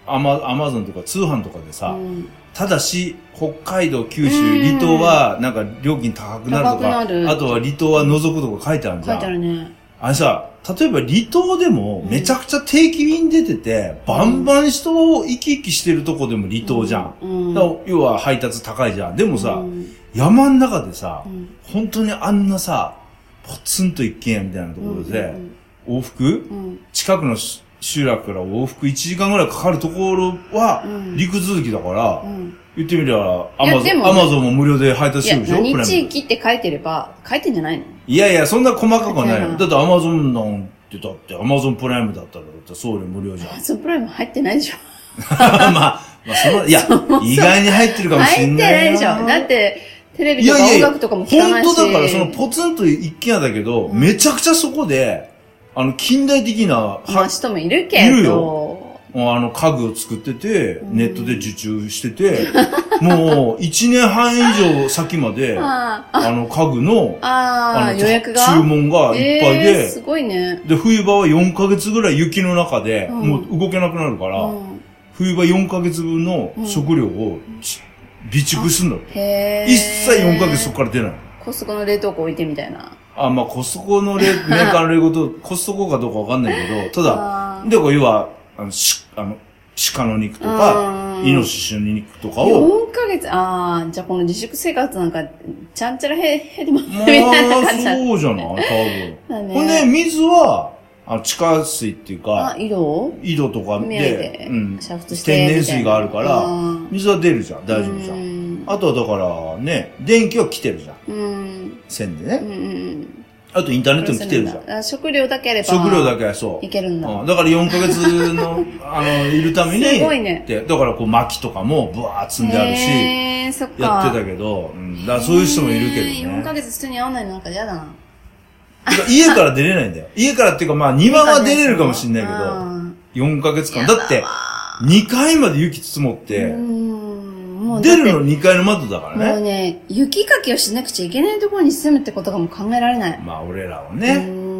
Speaker 2: アマ、アマゾンとか通販とかでさ、
Speaker 1: うん
Speaker 2: ただし、北海道、九
Speaker 1: う
Speaker 2: 州、
Speaker 1: ん
Speaker 2: 離島は、なんか料金高くなるとか、
Speaker 1: 高くなる
Speaker 2: あとは離島は除くとか書いてあるじ
Speaker 1: 書
Speaker 2: ゃ
Speaker 1: いてあ
Speaker 2: ん。
Speaker 1: るね。
Speaker 2: あれさ、例えば離島でも
Speaker 1: うん
Speaker 2: めちゃくちゃ定期便出てて、バンバン人を行き来してるとこでも離島じゃん。
Speaker 1: うん。
Speaker 2: だから要は配達高いじゃん。でもさ、
Speaker 1: うん
Speaker 2: 山ん中でさ、
Speaker 1: うん
Speaker 2: 本当にあんなさ、ポツンと一軒家みたいなところで、往復
Speaker 1: うんうん
Speaker 2: 近くのし集落から往復1時間ぐらいかかるところは
Speaker 1: うん、
Speaker 2: 陸続きだから、
Speaker 1: うん
Speaker 2: 言ってみりゃ、ア
Speaker 1: いや
Speaker 2: マゾ
Speaker 1: で
Speaker 2: ン、
Speaker 1: も
Speaker 2: アマゾンも無料で配達
Speaker 1: い
Speaker 2: して
Speaker 1: や、
Speaker 2: るでしょプ
Speaker 1: 何
Speaker 2: ラ
Speaker 1: 地
Speaker 2: イム。
Speaker 1: 域って書いてれば、書いてんじゃないの
Speaker 2: いやいや、そんな細かくはないよ。
Speaker 1: うん
Speaker 2: だってアマゾンなんてだって、アマゾンプライムだったら、だって送料 無料じゃん。
Speaker 1: アマゾンプライム入ってないでしょ
Speaker 2: まあ、まあ、その、いや、意外に入ってるかもし
Speaker 1: 入
Speaker 2: ん
Speaker 1: って
Speaker 2: ないな。
Speaker 1: ないでしょだって、テレビとか音楽とかも聞かないし。
Speaker 2: 本当だから、そのポツンと一軒家だけど、めちゃくちゃそこで、あの、近代的な、は
Speaker 1: まあ、人もいるけど。
Speaker 2: いるよあの、家具を作ってて、
Speaker 1: うん
Speaker 2: ネットで受注してて、 もう、一年半以上先まで、あ
Speaker 1: ああ、
Speaker 2: の、家具の、
Speaker 1: あ
Speaker 2: あ
Speaker 1: あ、
Speaker 2: の、
Speaker 1: 予約が
Speaker 2: 注文がいっぱい
Speaker 1: えー
Speaker 2: で、
Speaker 1: すごいね。
Speaker 2: で、冬場は4ヶ月ぐらい雪の中で、
Speaker 1: うん
Speaker 2: もう動けなくなるか
Speaker 1: う
Speaker 2: ら、
Speaker 1: ん、
Speaker 2: 冬場4ヶ月分の食料を、ち備蓄するんだって。
Speaker 1: へえ。
Speaker 2: 一切4ヶ月そこから出ない。
Speaker 1: コストコの冷凍庫置いてみたいな。
Speaker 2: あ、まあ、コスト コのレ、メーカーのレゴと、コストコかどうかわかんないけど、ただ、
Speaker 1: あー
Speaker 2: で、こう、要は、あの、し、あの、鹿の肉とか
Speaker 1: う、ん
Speaker 2: イノシシの肉とかを、
Speaker 1: 4ヶ月、ああ、じゃあこの自粛生活なんか、ちゃんちゃらへ、へりまみ
Speaker 2: まあ
Speaker 1: たいな感じだ。
Speaker 2: そうじゃない多
Speaker 1: だ
Speaker 2: 分。
Speaker 1: ね
Speaker 2: ほんで、水は、あの地下水っていう
Speaker 1: あ
Speaker 2: か、、
Speaker 1: 色を
Speaker 2: 井戸とか
Speaker 1: 目で
Speaker 2: で、うん、
Speaker 1: 煮沸
Speaker 2: 天
Speaker 1: してみたいな
Speaker 2: 然水があるから
Speaker 1: うん、
Speaker 2: 水は出るじゃん。大丈夫じゃ。
Speaker 1: うんん。
Speaker 2: あとはだからね、電気は来てるじゃん。
Speaker 1: うん。
Speaker 2: 線で
Speaker 1: うん
Speaker 2: ね。
Speaker 1: うん。
Speaker 2: あとインターネットも来てるじゃん。
Speaker 1: ゃん。あ食料だけあれば。
Speaker 2: 食料だけはそう。
Speaker 1: いけるんだ
Speaker 2: うだから4ヶ月 の、あの、いるために、
Speaker 1: すごいね
Speaker 2: で、だからこう薪とかもブワー積んであるし、
Speaker 1: へー、そっか。
Speaker 2: やってたけど、うん、だからそういう人もいるけど
Speaker 1: 4ヶ
Speaker 2: ね。
Speaker 1: 月人に会わないのなんか嫌だな。
Speaker 2: だから家から出れないんだよ。家からっていうかまあ2番は出れるかもしれない
Speaker 1: うん
Speaker 2: けど、4ヶ月間。だって、2階まで雪積もっ
Speaker 1: う
Speaker 2: て、
Speaker 1: ん。もうだっ
Speaker 2: 出
Speaker 1: て
Speaker 2: るの2階の窓だから
Speaker 1: もう
Speaker 2: ね。
Speaker 1: ね、雪かきをしなくちゃいけないところに住むってことがもう考えられない。
Speaker 2: まあ俺らは
Speaker 1: うん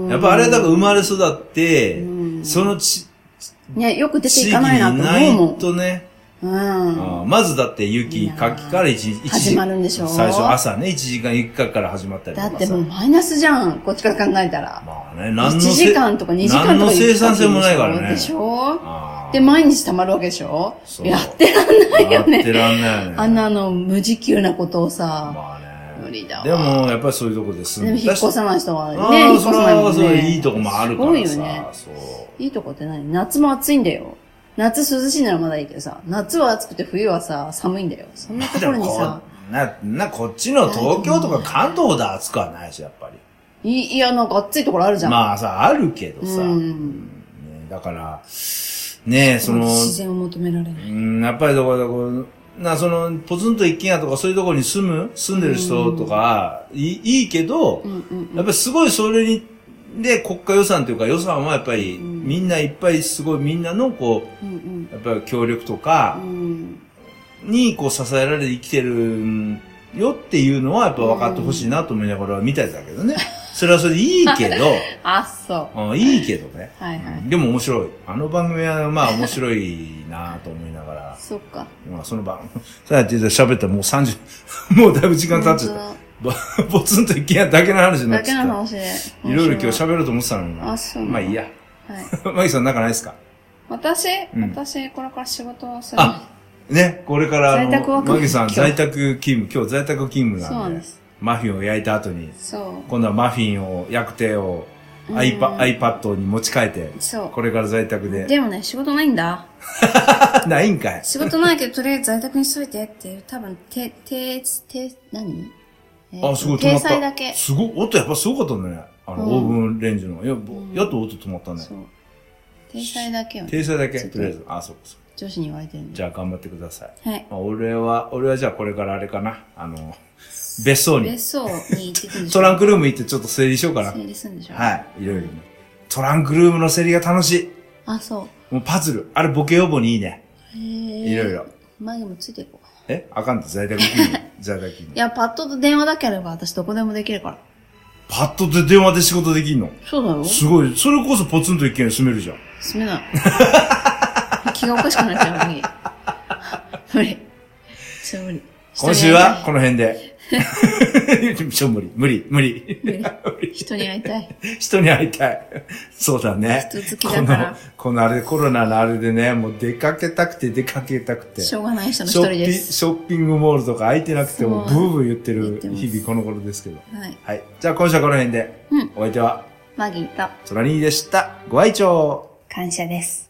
Speaker 2: ね。やっぱあれだから生まれ育って
Speaker 1: う、ん
Speaker 2: そのち
Speaker 1: ね、よく出て
Speaker 2: 地
Speaker 1: い
Speaker 2: 域
Speaker 1: か
Speaker 2: に
Speaker 1: ないなって
Speaker 2: い
Speaker 1: 思う
Speaker 2: とね、
Speaker 1: もん。うん。
Speaker 2: うんまずだって雪かきから一日、一時
Speaker 1: 始まるんでしょ
Speaker 2: 最初朝ね、1時間1回から始まったりと
Speaker 1: だ
Speaker 2: か
Speaker 1: っ
Speaker 2: さ。
Speaker 1: てもうマイナスじゃん、こっちから考えたら。
Speaker 2: まあね、何の
Speaker 1: 1
Speaker 2: せ
Speaker 1: 時間とか2時間とか
Speaker 2: 何の生産性もないからね。
Speaker 1: でしょ
Speaker 2: あー
Speaker 1: で、毎日溜まるわけでしょ
Speaker 2: そう
Speaker 1: やってらんないよ
Speaker 2: やって
Speaker 1: ね。
Speaker 2: らんないよね。
Speaker 1: あんなの無時給なことをさ、
Speaker 2: まあね。
Speaker 1: 無理だわ
Speaker 2: でも、やっぱりそういうとこで住
Speaker 1: で
Speaker 2: ん
Speaker 1: も
Speaker 2: で
Speaker 1: 引っ越
Speaker 2: あ
Speaker 1: さない人は
Speaker 2: あ
Speaker 1: ね、引
Speaker 2: ー、
Speaker 1: っ越
Speaker 2: そ
Speaker 1: さ
Speaker 2: れ
Speaker 1: ないも
Speaker 2: は、
Speaker 1: ん
Speaker 2: それ
Speaker 1: ね。
Speaker 2: いいとこもあるか
Speaker 1: すごい
Speaker 2: ら
Speaker 1: よね
Speaker 2: さ。。そう。
Speaker 1: いいとこって何夏も暑いんだよ。夏涼しいならまだいいけどさ、夏は暑くて冬はさ、寒いんだよ。そんなところにさ、
Speaker 2: な、な、こっちの東京とか関東ほど暑くはないし、やっぱり。
Speaker 1: いいや、なんか暑いところあるじゃん。
Speaker 2: まあさ、あるけどさ。
Speaker 1: うん。
Speaker 2: ねだから、ねその、
Speaker 1: 自然を求められな
Speaker 2: う
Speaker 1: い。
Speaker 2: ん、やっぱりだから、こうな、その、ポツンと一軒家とかそういうところに住む、住んでる人とか、いいいいけど、
Speaker 1: うんうん。
Speaker 2: やっぱりすごいそれに、で、国家予算というか予算はやっぱり、
Speaker 1: うん
Speaker 2: みんないっぱいすごいみんなのこ
Speaker 1: うんうん
Speaker 2: う、やっぱり協力とか
Speaker 1: うん。
Speaker 2: にこう支えられて生きてるよっていうのはやっぱ分かってほしいなと思いながら見たいだけどね。それはそれでいいけ ど、
Speaker 1: あ、そう。
Speaker 2: うんいいけどね。
Speaker 1: はいはい
Speaker 2: うんでも面白い。あの番組はまあ面白いなと思いながら。
Speaker 1: そっか。
Speaker 2: まあその番、 そうやって喋ったらもう30、もう だいぶ時間経っちゃった。
Speaker 1: 本
Speaker 2: ぼぼつんと一軒家だけの話
Speaker 1: 当
Speaker 2: に
Speaker 1: だだ
Speaker 2: なっ
Speaker 1: け
Speaker 2: ちゃ
Speaker 1: の
Speaker 2: った。
Speaker 1: 話で。
Speaker 2: いろいろ今日喋ろうと思ってたのにな。
Speaker 1: あそうなの
Speaker 2: まあいいや。
Speaker 1: はい。
Speaker 2: マギさんなんかないですか
Speaker 1: 私、
Speaker 2: うん
Speaker 1: 私、これから仕事をする。
Speaker 2: あ、ね、これからあ
Speaker 1: 在宅ワー
Speaker 2: の、
Speaker 1: ク
Speaker 2: マギさん
Speaker 1: 今日
Speaker 2: 在宅勤務、今日在宅勤務なんで。
Speaker 1: そうなんです
Speaker 2: マフィンを焼いた後に、
Speaker 1: そ
Speaker 2: 今度はマフィンを焼く手を
Speaker 1: うん
Speaker 2: iPad, iPad に持ち替えて、
Speaker 1: そう
Speaker 2: これから在宅
Speaker 1: う。
Speaker 2: で。
Speaker 1: でもね、仕事ないんだ。
Speaker 2: ないんかい。
Speaker 1: 仕事ないけど、とりあえず在宅にしといてっていう、多分、て、て、て、何えー
Speaker 2: あ、すごい止
Speaker 1: 体
Speaker 2: まった。
Speaker 1: 裁だけ。
Speaker 2: すごい、音やっぱすごかったんだね。あの、
Speaker 1: うん
Speaker 2: オーブンレンジの。やっやっと音止まったね。
Speaker 1: そう。体裁だけをね
Speaker 2: 定裁だけ、
Speaker 1: ちょっと
Speaker 2: とりあえず。あ、そうかそうか。
Speaker 1: 上司に言われてるんで。
Speaker 2: じゃあ頑張ってください。
Speaker 1: はい。
Speaker 2: まあ俺は、俺はじゃあこれからあれかな。あの、 別荘に、
Speaker 1: 別荘に行ってくるんでし
Speaker 2: ト
Speaker 1: ょ
Speaker 2: ランクルーム行ってちょっと整理しようかな。
Speaker 1: 整理するんでしょ
Speaker 2: はい。いろいろね。トランクルームの整理が楽しい。
Speaker 1: あ、そ
Speaker 2: もうパズル。あれボケ予防にいいね。
Speaker 1: う。へえ。
Speaker 2: いろいろ。
Speaker 1: 前にもついていこう。
Speaker 2: えあかんって在宅勤務。在宅勤
Speaker 1: い
Speaker 2: 務。
Speaker 1: や、パッドと電話だけあれば私どこでもできるから。
Speaker 2: パッとで電話で仕事できんの
Speaker 1: そうだよ。
Speaker 2: すごい。それこそポツンと一軒家に住めるじゃん。
Speaker 1: すめない。 気がおかしくなっちゃう、次。 無理。ちょ、無理。
Speaker 2: 今週はこの辺で。 ちょ、無理。無理。無理。
Speaker 1: 無理人に会いたい。
Speaker 2: 人に会いたい。そうだね。
Speaker 1: 人好きだから
Speaker 2: この、このあれ、コロナのあれでね、もう出かけたくて出かけたくて。
Speaker 1: しょうがない人の一
Speaker 2: ショ
Speaker 1: 人
Speaker 2: ッピ
Speaker 1: です。
Speaker 2: ショッピングモールとか空いてなくてもブ
Speaker 1: そう
Speaker 2: ーブー言って
Speaker 1: 言
Speaker 2: る
Speaker 1: ってます
Speaker 2: 日々この頃ですけど。
Speaker 1: はい。
Speaker 2: はい。じゃあ今週はこの辺で。
Speaker 1: うん
Speaker 2: お相手は、
Speaker 1: マギーと
Speaker 2: トラニーでした。ご愛聴
Speaker 1: 感謝です。